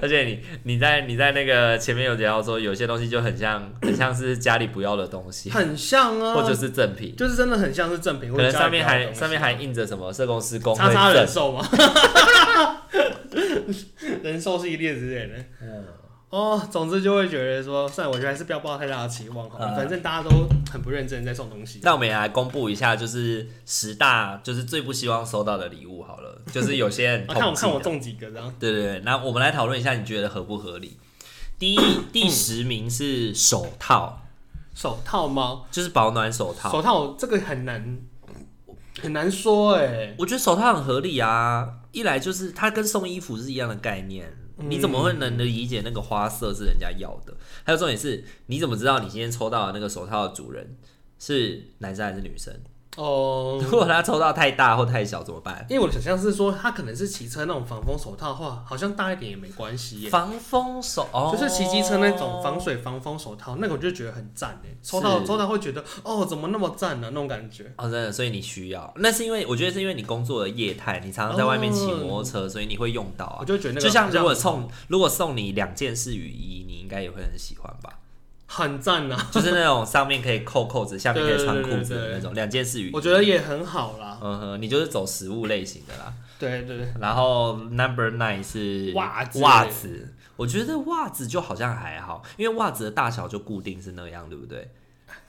[SPEAKER 1] 而且你你在你在那个前面有讲到说，有些东西就很像很像是家里不要的东
[SPEAKER 2] *laughs*
[SPEAKER 1] 西，
[SPEAKER 2] 很像啊，
[SPEAKER 1] 或者是赠品，
[SPEAKER 2] 就是真的很像是正品，
[SPEAKER 1] 可能
[SPEAKER 2] 或者家
[SPEAKER 1] 上
[SPEAKER 2] 里
[SPEAKER 1] 面
[SPEAKER 2] 不要的
[SPEAKER 1] 还
[SPEAKER 2] 东西
[SPEAKER 1] 上面还印着什么社工师工
[SPEAKER 2] 叉
[SPEAKER 1] 会
[SPEAKER 2] 叉人
[SPEAKER 1] 证。
[SPEAKER 2] 寿嘛， *laughs* 人寿系列之类的。
[SPEAKER 1] 嗯
[SPEAKER 2] 哦，总之就会觉得说，算了，我觉得还是不要抱太大的期望好了，
[SPEAKER 1] 嗯
[SPEAKER 2] 反正大家都很不认真在送东西。
[SPEAKER 1] 那我们也来公布一下，就是十大就是最不希望收到的礼物好了，就是有些
[SPEAKER 2] *laughs*
[SPEAKER 1] 人
[SPEAKER 2] 啊，看我
[SPEAKER 1] 统计
[SPEAKER 2] 看
[SPEAKER 1] 的
[SPEAKER 2] 我中几个这样。
[SPEAKER 1] 对对对，那我们来讨论一下，你觉得合不合理？
[SPEAKER 2] *coughs*
[SPEAKER 1] 第一，第十名是手套，
[SPEAKER 2] 手套吗？
[SPEAKER 1] 就是保暖手套。
[SPEAKER 2] 手套这个很难很难说哎、
[SPEAKER 1] 我觉得手套很合理啊，一来就是它跟送衣服是一样的概念，
[SPEAKER 2] 嗯
[SPEAKER 1] 你怎么会能理解那个花色是人家要的？还有重点是，你怎么知道你今天抽到的那个手套的主人是男生还是女生？
[SPEAKER 2] 哦、
[SPEAKER 1] *laughs* 如果它抽到太大或太小怎么办？
[SPEAKER 2] 因为我的想象是说，他可能是骑车那种防风手套的话，好像大一点也没关系耶。
[SPEAKER 1] 防风手哦，
[SPEAKER 2] 就是骑机车那种防水防风手套，那个我就觉得很赞哎，抽到
[SPEAKER 1] 是
[SPEAKER 2] 抽到会觉得哦，怎么那么赞呢、那种感觉。
[SPEAKER 1] 哦，真的，所以你需要，那是因为我觉得是因为你工作的业态，你常常在外面骑摩托车，所以你会用到
[SPEAKER 2] 我
[SPEAKER 1] 啊。
[SPEAKER 2] 就觉得那个
[SPEAKER 1] 就像
[SPEAKER 2] 好
[SPEAKER 1] 如果送如果送你两件式雨衣，你应该也会很喜欢吧？
[SPEAKER 2] 很赞啊呐、
[SPEAKER 1] 就是那种上面可以扣扣子，下面可以穿裤子
[SPEAKER 2] 对对对对
[SPEAKER 1] 的
[SPEAKER 2] *laughs* 对
[SPEAKER 1] 那种两件式雨衣。
[SPEAKER 2] 我觉得，也很好啦。
[SPEAKER 1] 嗯哼，你就是走食物类型的啦。
[SPEAKER 2] 对对对，
[SPEAKER 1] 然后 number nine 是
[SPEAKER 2] 袜子
[SPEAKER 1] 袜子。我觉得袜子就好像还好，因为袜子的大小就固定是那样，对不对？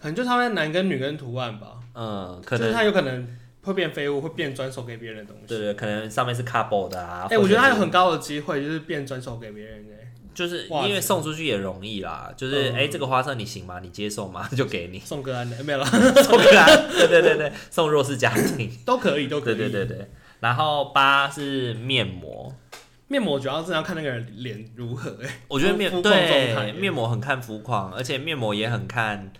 [SPEAKER 2] 可能就他们男跟女跟图案吧，
[SPEAKER 1] 嗯，可
[SPEAKER 2] 就是
[SPEAKER 1] 能
[SPEAKER 2] 他有可能会变废物，会变专手给别人的东西。
[SPEAKER 1] 对对，可能上面是 cardboard 的啊。
[SPEAKER 2] 哎、
[SPEAKER 1] 或
[SPEAKER 2] 我觉
[SPEAKER 1] 者
[SPEAKER 2] 得他有
[SPEAKER 1] 是
[SPEAKER 2] 很高的机会，就是变专手给别人哎的、
[SPEAKER 1] 就是
[SPEAKER 2] 袜子
[SPEAKER 1] 因为送出去也容易啦，就是哎、
[SPEAKER 2] 嗯
[SPEAKER 1] 诶这个花色你行吗？你接受吗？ *laughs* 就给
[SPEAKER 2] *laughs*
[SPEAKER 1] 你
[SPEAKER 2] 送个案的、哎没有了，
[SPEAKER 1] 送给他。对对对对，送弱势家
[SPEAKER 2] *laughs*
[SPEAKER 1] 庭。
[SPEAKER 2] 都可以，都
[SPEAKER 1] 对
[SPEAKER 2] 可以。
[SPEAKER 1] 对对对。然后八是面膜，
[SPEAKER 2] 面膜主要是要看那个人脸如何、哎，
[SPEAKER 1] 我觉得面
[SPEAKER 2] 肤况状
[SPEAKER 1] 对
[SPEAKER 2] 态
[SPEAKER 1] 面膜很看肤况，而且面膜也很看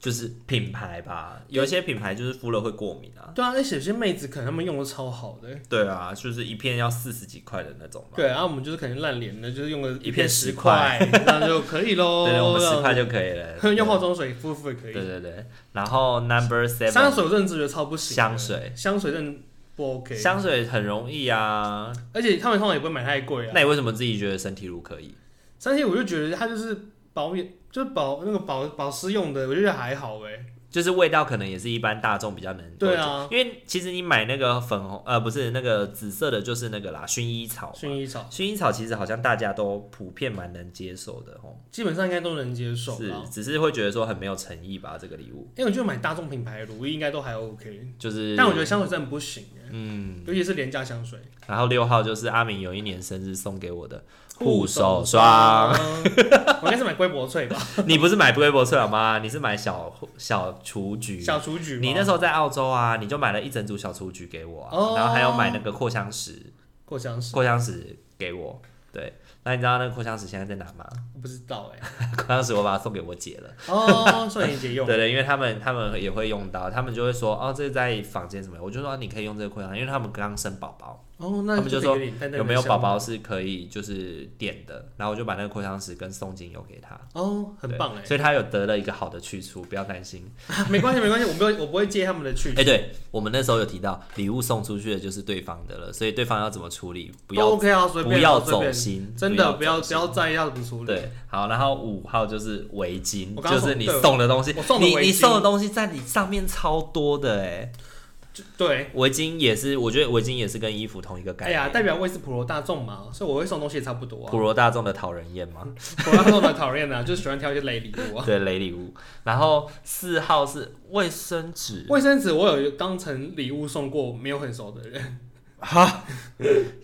[SPEAKER 1] 就是品牌吧，有一些品牌就是敷了会过敏啊。
[SPEAKER 2] 对啊，那有些妹子可能她们用的超好的、
[SPEAKER 1] 对啊，就是一片要四十几块的那种嘛。
[SPEAKER 2] 对，然后我们就是可能烂脸的，就是用个
[SPEAKER 1] 一片
[SPEAKER 2] 片
[SPEAKER 1] 十
[SPEAKER 2] 十
[SPEAKER 1] 块
[SPEAKER 2] 块，那就可以喽。
[SPEAKER 1] 对，我们
[SPEAKER 2] 这样
[SPEAKER 1] 十块就可以了。
[SPEAKER 2] 子哦 *laughs* 用化妆水敷敷也可
[SPEAKER 1] 对
[SPEAKER 2] 以。
[SPEAKER 1] 对对，然后 number seven
[SPEAKER 2] 香水我真的觉得超不行的，
[SPEAKER 1] 香水
[SPEAKER 2] 香水真的不 OK，
[SPEAKER 1] 香水很容易啊，
[SPEAKER 2] 而且他们通常也不会买太贵啊。
[SPEAKER 1] 那你为什么自己觉得身体乳可以？
[SPEAKER 2] 三千我就觉得它就是保养，就是保那个保保湿用的，我就觉得还好哎、
[SPEAKER 1] 就是味道可能也是一般大众比较能
[SPEAKER 2] 对啊
[SPEAKER 1] 了解因为其实你买那个粉红呃不是那个紫色的，就是那个啦薰衣草。
[SPEAKER 2] 薰衣草
[SPEAKER 1] 薰衣草其实好像大家都普遍蛮能接受的哦，
[SPEAKER 2] 基本上应该都能接受
[SPEAKER 1] 是
[SPEAKER 2] 啦。
[SPEAKER 1] 只是会觉得说很没有诚意吧这个礼物，
[SPEAKER 2] 因为我觉得买大众品牌的乳液应该都还 OK，
[SPEAKER 1] 就是
[SPEAKER 2] 但我觉得香水真的不行哎、
[SPEAKER 1] 嗯，
[SPEAKER 2] 尤其是廉价香水。
[SPEAKER 1] 然后六号就是阿明有一年生日送给我的护
[SPEAKER 2] 护
[SPEAKER 1] 手
[SPEAKER 2] 手
[SPEAKER 1] 霜
[SPEAKER 2] 霜，， *laughs* 我应该是买龟柏萃
[SPEAKER 1] *laughs*
[SPEAKER 2] 吧，
[SPEAKER 1] 你不是买龟波翠好吗？你是买小小雏菊，
[SPEAKER 2] 小雏菊吧。
[SPEAKER 1] 你那时候在澳洲啊，你就买了一整组小雏菊给我、啊，
[SPEAKER 2] 哦
[SPEAKER 1] 然后还有买那个扩香石，
[SPEAKER 2] 扩
[SPEAKER 1] *laughs*
[SPEAKER 2] 香石，
[SPEAKER 1] 扩香石给我。对，那你知道那个扩香石现在在哪吗？ *laughs*
[SPEAKER 2] 我不知道哎、
[SPEAKER 1] 扩香石我把它送给我姐了。
[SPEAKER 2] 哦，算你姐
[SPEAKER 1] 对
[SPEAKER 2] 用。
[SPEAKER 1] 对，因为他们他们也会用到，他们就会说哦，这是在房间什么的，我就说、啊你可以用这个扩香，因为他们刚生宝宝，
[SPEAKER 2] 哦，那
[SPEAKER 1] 他们就
[SPEAKER 2] 可以
[SPEAKER 1] 说
[SPEAKER 2] 点淡淡的
[SPEAKER 1] 有没有
[SPEAKER 2] 香
[SPEAKER 1] 宝宝是可以就是点的，然后我就把那个扩香石跟松精油给他。
[SPEAKER 2] 味？哦，很
[SPEAKER 1] 对
[SPEAKER 2] 棒哎、
[SPEAKER 1] 所以他有得了一个好的去处，不要担心。
[SPEAKER 2] *laughs* 没关系没关系，我不会我不会接他们的去
[SPEAKER 1] 哎、，对我们那时候有提到，礼物送出去的就是对方的了，所以对方要怎么处理，不
[SPEAKER 2] 都
[SPEAKER 1] 要
[SPEAKER 2] OK 啊，随
[SPEAKER 1] 不
[SPEAKER 2] 便
[SPEAKER 1] 要
[SPEAKER 2] 随
[SPEAKER 1] 走
[SPEAKER 2] 便
[SPEAKER 1] 心，
[SPEAKER 2] 真的不
[SPEAKER 1] 走
[SPEAKER 2] 要不
[SPEAKER 1] 心
[SPEAKER 2] 要在意要怎么处理。
[SPEAKER 1] 对，好，然后五号就是围巾，
[SPEAKER 2] 我刚
[SPEAKER 1] 就
[SPEAKER 2] 刚
[SPEAKER 1] 是
[SPEAKER 2] 送
[SPEAKER 1] 你
[SPEAKER 2] 对
[SPEAKER 1] 送的东西，
[SPEAKER 2] 我送的
[SPEAKER 1] 你
[SPEAKER 2] 围
[SPEAKER 1] 你
[SPEAKER 2] 巾
[SPEAKER 1] 送的东西在你上面超多的哎、
[SPEAKER 2] 就对，
[SPEAKER 1] 围巾也是，我觉得围巾也是跟衣服同一个概
[SPEAKER 2] 哎
[SPEAKER 1] 念。
[SPEAKER 2] 呀，代表我也是普罗大众嘛，所以我会送东西也差不多啊
[SPEAKER 1] 普。罗大众的讨人厌嘛，
[SPEAKER 2] *laughs* 普罗大众蛮讨厌的啊，就是喜欢挑一些雷礼
[SPEAKER 1] *laughs*
[SPEAKER 2] 物啊。
[SPEAKER 1] 对，雷礼物。然后四号是卫生纸，
[SPEAKER 2] 卫生纸我有当成礼物送过没有很熟的人，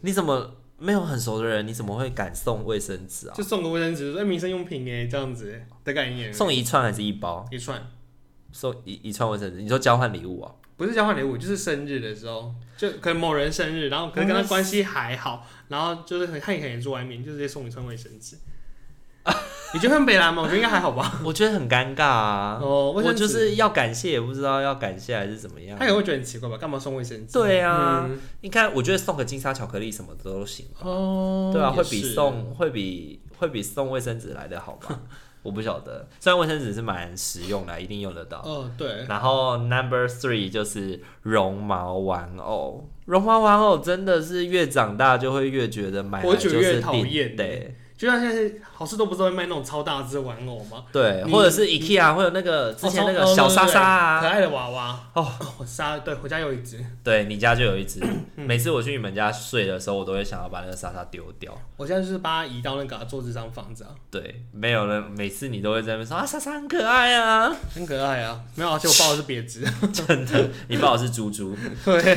[SPEAKER 1] 你怎么没有很熟的人，你怎么会敢送卫生纸啊？
[SPEAKER 2] 就送个卫生纸，说哎民生用品哎这样子的概念。
[SPEAKER 1] 送一串还是一包？
[SPEAKER 2] 一串，
[SPEAKER 1] 送一一串卫生纸，你说交换礼物啊？ *laughs*
[SPEAKER 2] 不是交换礼物，就是生日的时候，就可能某人生日，然后可能跟他关系还好，然后就是很看一看也住外面，就直接送一串卫生
[SPEAKER 1] *laughs*
[SPEAKER 2] 纸。你觉得很北蓝吗？我觉得应该还好吧。
[SPEAKER 1] 我觉得很尴尬啊。
[SPEAKER 2] 哦，
[SPEAKER 1] 我
[SPEAKER 2] 卫生纸
[SPEAKER 1] 就是要感谢，也不知道要感谢还是怎么样
[SPEAKER 2] 他可。能会觉得很奇怪吧，干嘛送卫生纸？
[SPEAKER 1] 对啊，
[SPEAKER 2] 嗯
[SPEAKER 1] 你看，我觉得送个金沙巧克力什么的都行，
[SPEAKER 2] 哦，
[SPEAKER 1] 对啊，会
[SPEAKER 2] 也
[SPEAKER 1] 比
[SPEAKER 2] 是
[SPEAKER 1] 送会比会比送卫生纸来的好
[SPEAKER 2] *laughs*
[SPEAKER 1] 吧？我不晓得，虽然卫生纸是蛮实用的，一定用得到。
[SPEAKER 2] 哦，对，
[SPEAKER 1] 然后 number three 就是绒毛玩偶，绒毛玩偶真的是越长大就会越觉得买来
[SPEAKER 2] 我
[SPEAKER 1] 就
[SPEAKER 2] 觉得
[SPEAKER 1] 是
[SPEAKER 2] 越讨厌
[SPEAKER 1] 定对
[SPEAKER 2] 就像现在好事多不是会卖那种超大只玩偶吗？
[SPEAKER 1] 对，
[SPEAKER 2] 你
[SPEAKER 1] 或者是 IKEA 会有那个之前那个
[SPEAKER 2] 哦
[SPEAKER 1] 小莎莎
[SPEAKER 2] 对可
[SPEAKER 1] 啊，
[SPEAKER 2] 爱的娃娃
[SPEAKER 1] 哦，
[SPEAKER 2] 我莎对，我家有一只，
[SPEAKER 1] 对你家就有一
[SPEAKER 2] *clears throat*
[SPEAKER 1] 只，每次我去你们家睡的时候，我都会想要把那个莎莎丢掉。
[SPEAKER 2] 我现在就是把它移到那个桌子上放着啊，
[SPEAKER 1] 对，没有人，每次你都会在那边说啊，莎莎很可爱啊， *laughs*
[SPEAKER 2] 很可爱啊。没有啊，而且我抱的是别只，
[SPEAKER 1] 真的，你爸我是猪猪，
[SPEAKER 2] 对，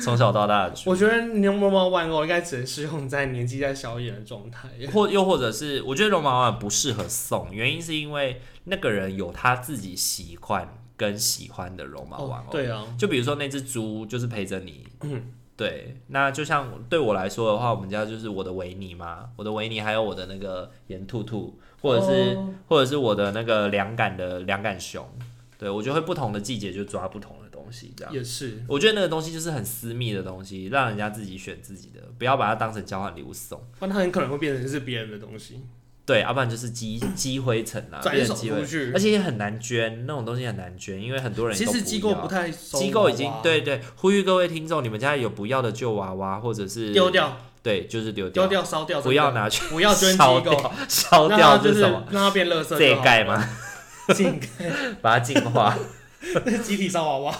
[SPEAKER 1] 从小到大的猪，
[SPEAKER 2] 我觉得牛毛毛玩偶应该只能适用在年纪再小一点的状态。
[SPEAKER 1] 或又或者是，我觉得绒毛玩偶不适合送，原因是因为那个人有他自己习惯跟喜欢的绒毛玩
[SPEAKER 2] 哦
[SPEAKER 1] 偶，
[SPEAKER 2] 对啊，
[SPEAKER 1] 就比如说那只猪就是陪着你，
[SPEAKER 2] 嗯
[SPEAKER 1] 对，那就像对我来说的话，我们家就是我的维尼嘛，我的维尼还有我的那个盐兔兔，或者是、
[SPEAKER 2] 哦
[SPEAKER 1] 或者是我的那个凉感的凉感熊，对我就会不同的季节就抓不同的东东西，这样。
[SPEAKER 2] 也是，
[SPEAKER 1] 我觉得那个东西就是很私密的东西，让人家自己选自己的，不要把它当成交换礼物送。
[SPEAKER 2] 不然它很可能会变成是别人的东西，
[SPEAKER 1] 对，要、不然就是积积灰尘啊，
[SPEAKER 2] 转
[SPEAKER 1] 变
[SPEAKER 2] 手
[SPEAKER 1] 成积灰
[SPEAKER 2] 出去
[SPEAKER 1] 而且也很难捐，那种东西很难捐，因为很多人
[SPEAKER 2] 其
[SPEAKER 1] 都
[SPEAKER 2] 实机构
[SPEAKER 1] 要
[SPEAKER 2] 不太收
[SPEAKER 1] 机构已经
[SPEAKER 2] 娃娃
[SPEAKER 1] 对对呼吁各位听众，你们家有不要的旧娃娃或者是
[SPEAKER 2] 丢，掉、
[SPEAKER 1] 对，就是丢
[SPEAKER 2] 丢掉、烧掉，
[SPEAKER 1] 不要，拿去
[SPEAKER 2] 不要捐机
[SPEAKER 1] 烧
[SPEAKER 2] 构
[SPEAKER 1] 掉，，烧
[SPEAKER 2] 让它
[SPEAKER 1] 掉
[SPEAKER 2] 就是是
[SPEAKER 1] 什么？
[SPEAKER 2] 让它变垃圾就好，
[SPEAKER 1] 这盖吗？ *laughs*
[SPEAKER 2] 净 *laughs*
[SPEAKER 1] 把它净化，
[SPEAKER 2] 集体烧娃
[SPEAKER 1] *laughs*
[SPEAKER 2] 娃，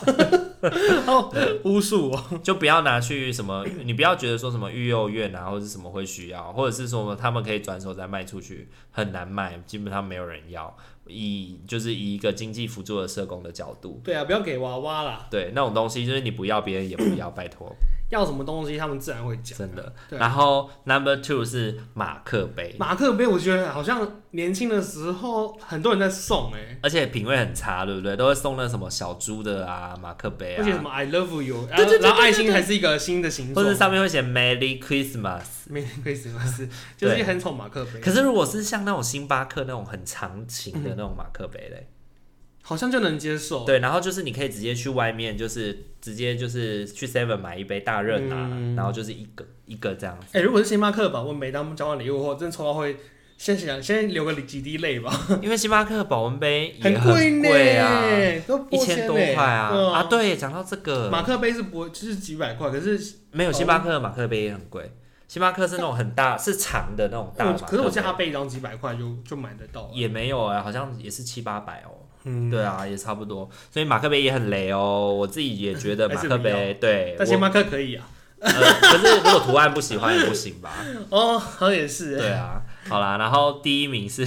[SPEAKER 2] 哦，巫术哦，
[SPEAKER 1] 就不要拿去什么，你不要觉得说什么育幼院啊，或者是什么会需要，或者是说他们可以转手再卖出去，很难卖，基本上没有人要。以就是以一个经济辅助的社工的角度，
[SPEAKER 2] 对啊，不要给娃娃啦，
[SPEAKER 1] 对那种东西，就是你不要，别人也不要，拜托，
[SPEAKER 2] 要什么东西他们自然会 *coughs* 讲，
[SPEAKER 1] 真的。
[SPEAKER 2] 对
[SPEAKER 1] 然后 number two 是马克杯，
[SPEAKER 2] 马克杯，我觉得好像年轻的时候很多人在送哎、
[SPEAKER 1] 而且品味很差，对不对？都会送那什么小猪的啊，马克杯
[SPEAKER 2] 而且什
[SPEAKER 1] 啊，
[SPEAKER 2] 么 I love you，然
[SPEAKER 1] 对
[SPEAKER 2] 后
[SPEAKER 1] 对对
[SPEAKER 2] 然后
[SPEAKER 1] 对
[SPEAKER 2] 爱
[SPEAKER 1] 对
[SPEAKER 2] 心还是一个新的形
[SPEAKER 1] 或
[SPEAKER 2] 状
[SPEAKER 1] 者，上面会写 Merry Christmas。
[SPEAKER 2] 没可以什么事，就是
[SPEAKER 1] 对
[SPEAKER 2] 一很丑马克杯，
[SPEAKER 1] 可是如果是像那种星巴克那种很长型的那种马克杯嘞，
[SPEAKER 2] 好像就能接受，
[SPEAKER 1] 对，然后就是你可以直接去外面，就是直接就是去 Seven 买一杯大热拿，
[SPEAKER 2] 嗯
[SPEAKER 1] 然后就是一个一个这样子。 *laughs*
[SPEAKER 2] 哎、如果是星巴克吧，我每当交换礼物后，真的抽到会先想先流个几滴泪吧，
[SPEAKER 1] 因为星巴克的保温杯也
[SPEAKER 2] 贵呢、
[SPEAKER 1] 贵啊，
[SPEAKER 2] 都
[SPEAKER 1] 一
[SPEAKER 2] 破
[SPEAKER 1] 千
[SPEAKER 2] 呢
[SPEAKER 1] 多块啊
[SPEAKER 2] 对
[SPEAKER 1] 啊！对，讲到这个，
[SPEAKER 2] 马克杯是不会，就是几百块，可是
[SPEAKER 1] 没有
[SPEAKER 2] 保
[SPEAKER 1] 星巴克的马克杯也很贵，星巴克是那种很大是长的那种大
[SPEAKER 2] 我
[SPEAKER 1] 马
[SPEAKER 2] 哦可是
[SPEAKER 1] 克
[SPEAKER 2] 我记得他
[SPEAKER 1] 杯，
[SPEAKER 2] 背一张几百块就就买得到了，
[SPEAKER 1] 也没有哎、好像也是七八百哦。
[SPEAKER 2] 嗯，
[SPEAKER 1] 对啊，也差不多，所以马克杯也很雷哦。我自己也觉得
[SPEAKER 2] 还
[SPEAKER 1] 马
[SPEAKER 2] 是
[SPEAKER 1] 克
[SPEAKER 2] 不要
[SPEAKER 1] 杯，对，
[SPEAKER 2] 但
[SPEAKER 1] 我
[SPEAKER 2] 星巴克可以啊，
[SPEAKER 1] 呃，可是如果图案不喜欢也不行
[SPEAKER 2] *laughs*
[SPEAKER 1] 吧？
[SPEAKER 2] 哦，好像也是，
[SPEAKER 1] 对啊，好啦，然后第一名是，
[SPEAKER 2] *laughs*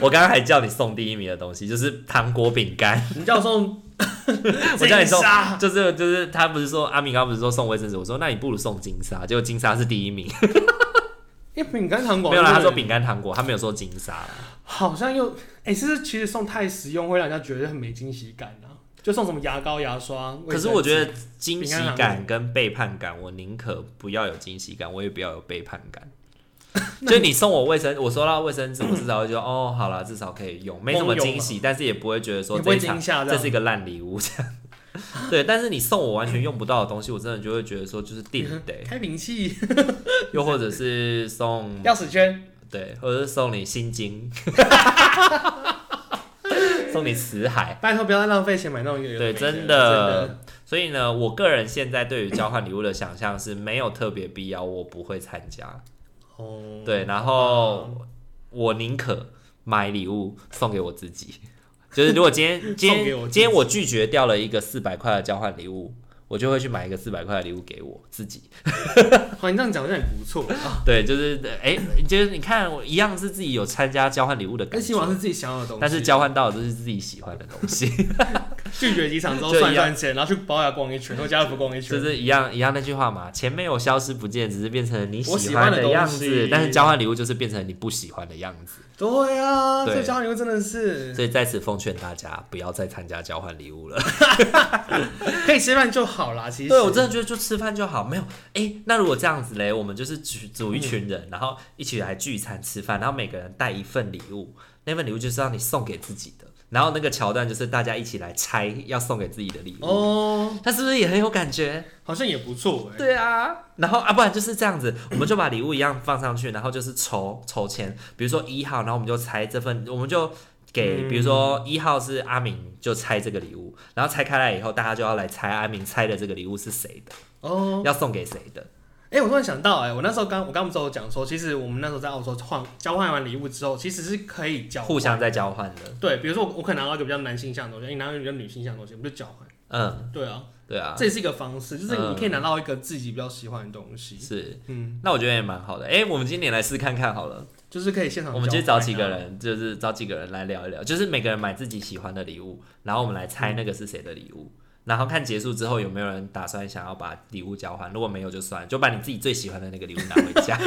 [SPEAKER 1] 我刚刚还叫你送第一名的东西，就是糖果饼干。 *laughs*
[SPEAKER 2] 你叫我送，
[SPEAKER 1] 我叫你送
[SPEAKER 2] 金沙，
[SPEAKER 1] 就是就是他不是说阿明刚刚不是说送卫生纸，我说那你不如送金沙，结果金沙是第一名，
[SPEAKER 2] 因为饼干糖果
[SPEAKER 1] 没有啦，
[SPEAKER 2] 真
[SPEAKER 1] 他
[SPEAKER 2] 的
[SPEAKER 1] 说饼干糖果，他没有说金沙啦。
[SPEAKER 2] 好像又，哎、是不是其实送太实用会让人家觉得很没惊喜感啊？就送什么牙膏、牙刷，
[SPEAKER 1] 可是我觉得惊
[SPEAKER 2] 饼
[SPEAKER 1] 喜
[SPEAKER 2] 干糖果
[SPEAKER 1] 感跟背叛感，我宁可不要有惊喜感，我也不要有背叛 *laughs* 感。就你送我卫生，我收到卫生纸，我至少会觉得哦，好啦，至少可以用，没什么
[SPEAKER 2] 公用
[SPEAKER 1] 惊喜，但是也不会觉得说
[SPEAKER 2] 也
[SPEAKER 1] 这
[SPEAKER 2] 不会
[SPEAKER 1] 一场
[SPEAKER 2] 惊吓这
[SPEAKER 1] 这
[SPEAKER 2] 样
[SPEAKER 1] 是一个烂礼物这样。 *laughs* 对，但是你送我完全用不到的东西，我真的就会觉得说就是定的、
[SPEAKER 2] *laughs* 开瓶器、
[SPEAKER 1] 又或者是送
[SPEAKER 2] 钥匙圈，
[SPEAKER 1] 对，或者是送你心经， *laughs* 送你辞海，
[SPEAKER 2] 拜托不要再浪费钱买那种有的
[SPEAKER 1] 对，
[SPEAKER 2] 没
[SPEAKER 1] 真
[SPEAKER 2] 真
[SPEAKER 1] 的。所以呢，我个人现在对于交换礼物的想象是没有特别必要，我不会参加。
[SPEAKER 2] 哦，
[SPEAKER 1] 对，然后我宁可买礼物送给我自己。 *laughs* 就是如果今天今
[SPEAKER 2] 送给我
[SPEAKER 1] 天
[SPEAKER 2] 自己
[SPEAKER 1] 今天我拒绝掉了一个四百块的交换礼物，我就会去买一个四百块的礼物给我自己。
[SPEAKER 2] 好，你这样讲好像也不错
[SPEAKER 1] *laughs*
[SPEAKER 2] 啊。
[SPEAKER 1] 对，就是哎、就是你看我一样是自己有参加交换礼物的感
[SPEAKER 2] 但起码
[SPEAKER 1] 觉，
[SPEAKER 2] 是自己想要的东西，
[SPEAKER 1] 但是交换到的都是自己喜欢的东西。
[SPEAKER 2] 拒绝机场之后
[SPEAKER 1] 就一样
[SPEAKER 2] 算一算钱，然后去保养逛一圈，或家乐福逛一
[SPEAKER 1] 就
[SPEAKER 2] 圈，
[SPEAKER 1] 是一样一样那句话嘛，钱没有消失不见，只是变成你
[SPEAKER 2] 我
[SPEAKER 1] 喜
[SPEAKER 2] 喜
[SPEAKER 1] 欢
[SPEAKER 2] 欢的东
[SPEAKER 1] 样
[SPEAKER 2] 西
[SPEAKER 1] 子。但是交换礼物就是变成你不喜欢的样子，
[SPEAKER 2] 对啊，
[SPEAKER 1] 对
[SPEAKER 2] 这交换礼物真的是
[SPEAKER 1] 所以在此奉劝大家不要再参加交换礼物了。
[SPEAKER 2] 可以吃饭就好啦。其实
[SPEAKER 1] 对我真的觉得就吃饭就好，没有哎、那如果这样子嘞，我们就是组组一群
[SPEAKER 2] 嗯
[SPEAKER 1] 人，然后一起来聚餐吃饭，然后每个人带一份礼物，那份礼物就是让你送给自己的。然后那个桥段就是大家一起来拆要送给自己的礼物，
[SPEAKER 2] 哦，
[SPEAKER 1] 那是不是也很有感觉？
[SPEAKER 2] 好像也不错哎。
[SPEAKER 1] 对啊，然后啊，不然就是这样子，我们就把礼物一样放上去，然后就是抽抽签，比如说一号，然后我们就猜这份，我们就给，
[SPEAKER 2] 嗯
[SPEAKER 1] 比如说一号是阿明，就猜这个礼物，然后拆开来以后，大家就要来猜阿明猜的这个礼物是谁的，
[SPEAKER 2] 哦，
[SPEAKER 1] 要送给谁的。
[SPEAKER 2] 哎、我突然想到、哎，我那时候刚我刚不是有讲说，其实我们那时候在澳洲换交换完礼物之后，其实是可以交换
[SPEAKER 1] 互相在交换的。
[SPEAKER 2] 对，比如说我我可能拿到一个比较男性向的东西，你拿到一个比较女性向的东西，我们就交换。
[SPEAKER 1] 嗯，
[SPEAKER 2] 对啊，
[SPEAKER 1] 对啊，
[SPEAKER 2] 这也是一个方式，就是
[SPEAKER 1] 嗯
[SPEAKER 2] 你可以拿到一个自己比较喜欢的东西，
[SPEAKER 1] 是，
[SPEAKER 2] 嗯，
[SPEAKER 1] 那我觉得也蛮好的。哎、我们今年来试看看好了，
[SPEAKER 2] 就是可以现场、
[SPEAKER 1] 我们今天找几个，人，就是找几个人来聊一聊，就是每个人买自己喜欢的礼物，然后我们来猜那个是谁的礼物，然后看结束之后有没有人打算想要把礼物交换，如果没有就算了，就把你自己最喜欢的那个礼物拿回家，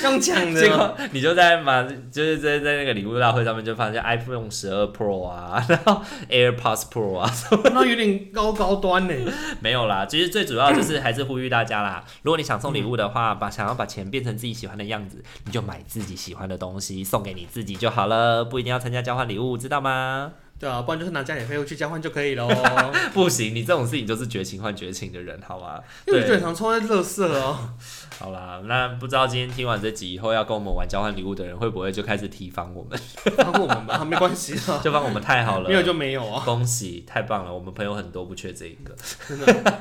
[SPEAKER 2] 这样讲
[SPEAKER 1] 结
[SPEAKER 2] 啊的，
[SPEAKER 1] 果你就在马就是在在那个礼物大会上面就发现 iPhone 十二 Pro 啊，然后 AirPods Pro 啊，
[SPEAKER 2] 那有点高高端呢、
[SPEAKER 1] 没有啦，其实最主要就是还是呼吁大家 *coughs* 啦，如果你想送礼物的话，把想要把钱变成自己喜欢的样子，你就买自己喜欢的东西送给你自己就好了，不一定要参加交换礼物，知道吗？
[SPEAKER 2] 对啊，不然就是拿加点废物去交换就可以
[SPEAKER 1] *laughs*
[SPEAKER 2] 喽。哦
[SPEAKER 1] 不行，你这种事情就是绝情换绝情的人，好吗？
[SPEAKER 2] 因为我觉
[SPEAKER 1] 对，
[SPEAKER 2] 得很常抽在乐色哦。
[SPEAKER 1] 好啦，那不知道今天听完这集以后，要跟我们玩交换礼物的人，会不会就开始提防我们？
[SPEAKER 2] *laughs* 放过我们吧，没关系啊，
[SPEAKER 1] 就帮我们太好了，
[SPEAKER 2] 没有就没有啊，
[SPEAKER 1] 恭喜，太棒了！我们朋友很多，不缺这一个，
[SPEAKER 2] 真的。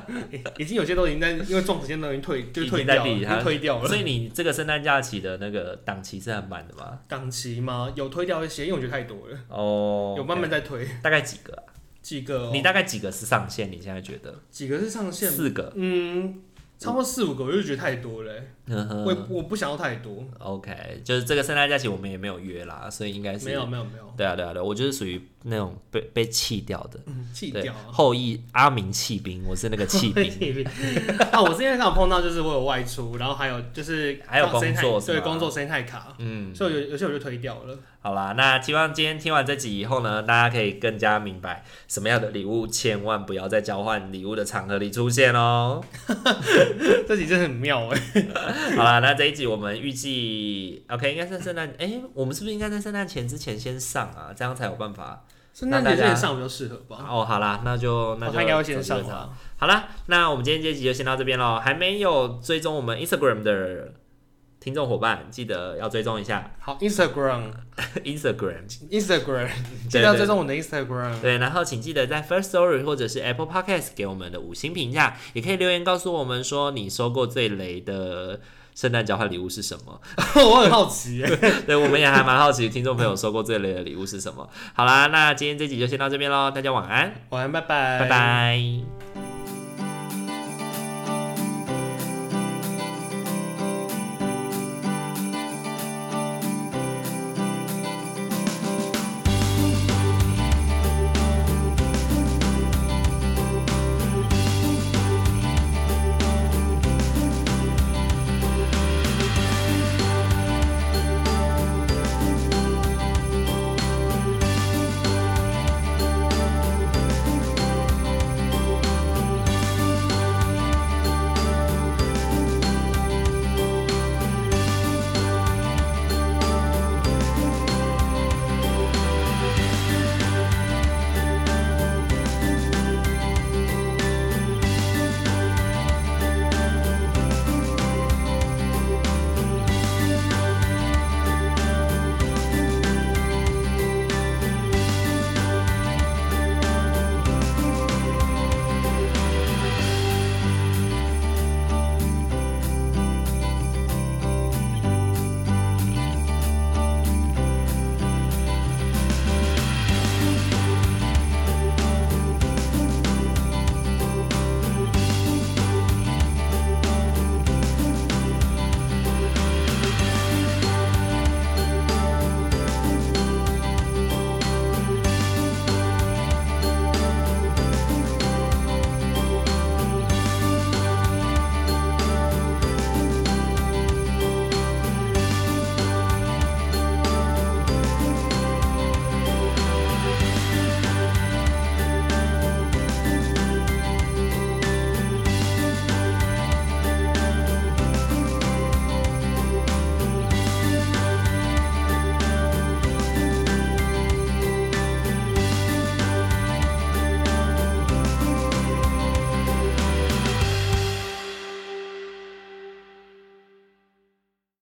[SPEAKER 2] 已经有些都已经在因为撞时间都已经退，就
[SPEAKER 1] 已
[SPEAKER 2] 退
[SPEAKER 1] 经
[SPEAKER 2] 掉
[SPEAKER 1] 在
[SPEAKER 2] 了，已
[SPEAKER 1] 比
[SPEAKER 2] 经
[SPEAKER 1] 他
[SPEAKER 2] 退掉
[SPEAKER 1] 所
[SPEAKER 2] 了。
[SPEAKER 1] 以你这个圣诞假期的那个档期是很满的吗？
[SPEAKER 2] 档期吗？有推掉一些，因为我觉得太多了，
[SPEAKER 1] 哦，
[SPEAKER 2] 有慢慢在推
[SPEAKER 1] 大概几个啊、
[SPEAKER 2] 几个哦。
[SPEAKER 1] 你大概几个是上限？你现在觉得
[SPEAKER 2] 几个是上线？
[SPEAKER 1] 四个？
[SPEAKER 2] 嗯，差不多四五个，我就觉得太多了欸、
[SPEAKER 1] 呵
[SPEAKER 2] 我也
[SPEAKER 1] 呵
[SPEAKER 2] 我不想要太多。
[SPEAKER 1] *laughs* OK，就是这个圣诞假期我们也没有约啦，所以应该是
[SPEAKER 2] 没有。没有没有，
[SPEAKER 1] 对啊对啊对啊，我就是属于那种被被弃掉的，
[SPEAKER 2] 嗯，弃
[SPEAKER 1] 对
[SPEAKER 2] 掉啊。
[SPEAKER 1] 后羿阿明弃兵，我是那个弃
[SPEAKER 2] *laughs*
[SPEAKER 1] 兵。
[SPEAKER 2] 气啊，我之前刚好碰到，就是我有外出，然后还有就是
[SPEAKER 1] 还有
[SPEAKER 2] 刚好生意太
[SPEAKER 1] 工作是
[SPEAKER 2] 对
[SPEAKER 1] 吗
[SPEAKER 2] 工作生意太卡，
[SPEAKER 1] 嗯，
[SPEAKER 2] 所以有有些我就推掉了。
[SPEAKER 1] 好啦，那希望今天听完这集以后呢，大家可以更加明白什么样的礼物千万不要在交换礼物的场合里出现
[SPEAKER 2] *laughs*
[SPEAKER 1] 哦。
[SPEAKER 2] 这集真的很妙哎、
[SPEAKER 1] 好啦，那这一集我们预计 OK，应该是圣诞，哎、我们是不是应该在圣诞前之前先上啊？这样才有办法。
[SPEAKER 2] 圣诞节之前上比较适合吧？
[SPEAKER 1] 哦，好啦，那就那
[SPEAKER 2] 哦
[SPEAKER 1] 就
[SPEAKER 2] 他应该会先
[SPEAKER 1] 走
[SPEAKER 2] 上
[SPEAKER 1] 这个场
[SPEAKER 2] 吧？
[SPEAKER 1] 好啦，那我们今天这集就先到这边喽。还没有追踪我们 Instagram 的听众伙伴，记得要追踪一下 *laughs*
[SPEAKER 2] 好，Instagram
[SPEAKER 1] Instagram。
[SPEAKER 2] Instagram，记
[SPEAKER 1] 对
[SPEAKER 2] 得要
[SPEAKER 1] 对
[SPEAKER 2] 追踪我的 Instagram。
[SPEAKER 1] 对，然后请记得在 First Story 或者是 Apple Podcast 给我们的五星评价，也可以留言告诉我们说你收过最雷的圣诞交换礼物是什么。
[SPEAKER 2] *laughs* 我很好奇、欸，
[SPEAKER 1] 对，我们也还蛮好奇听众朋友收过最雷的礼物是什么。好啦，那今天这集就先到这边喽，大家晚安，
[SPEAKER 2] 晚安，拜拜，
[SPEAKER 1] 拜拜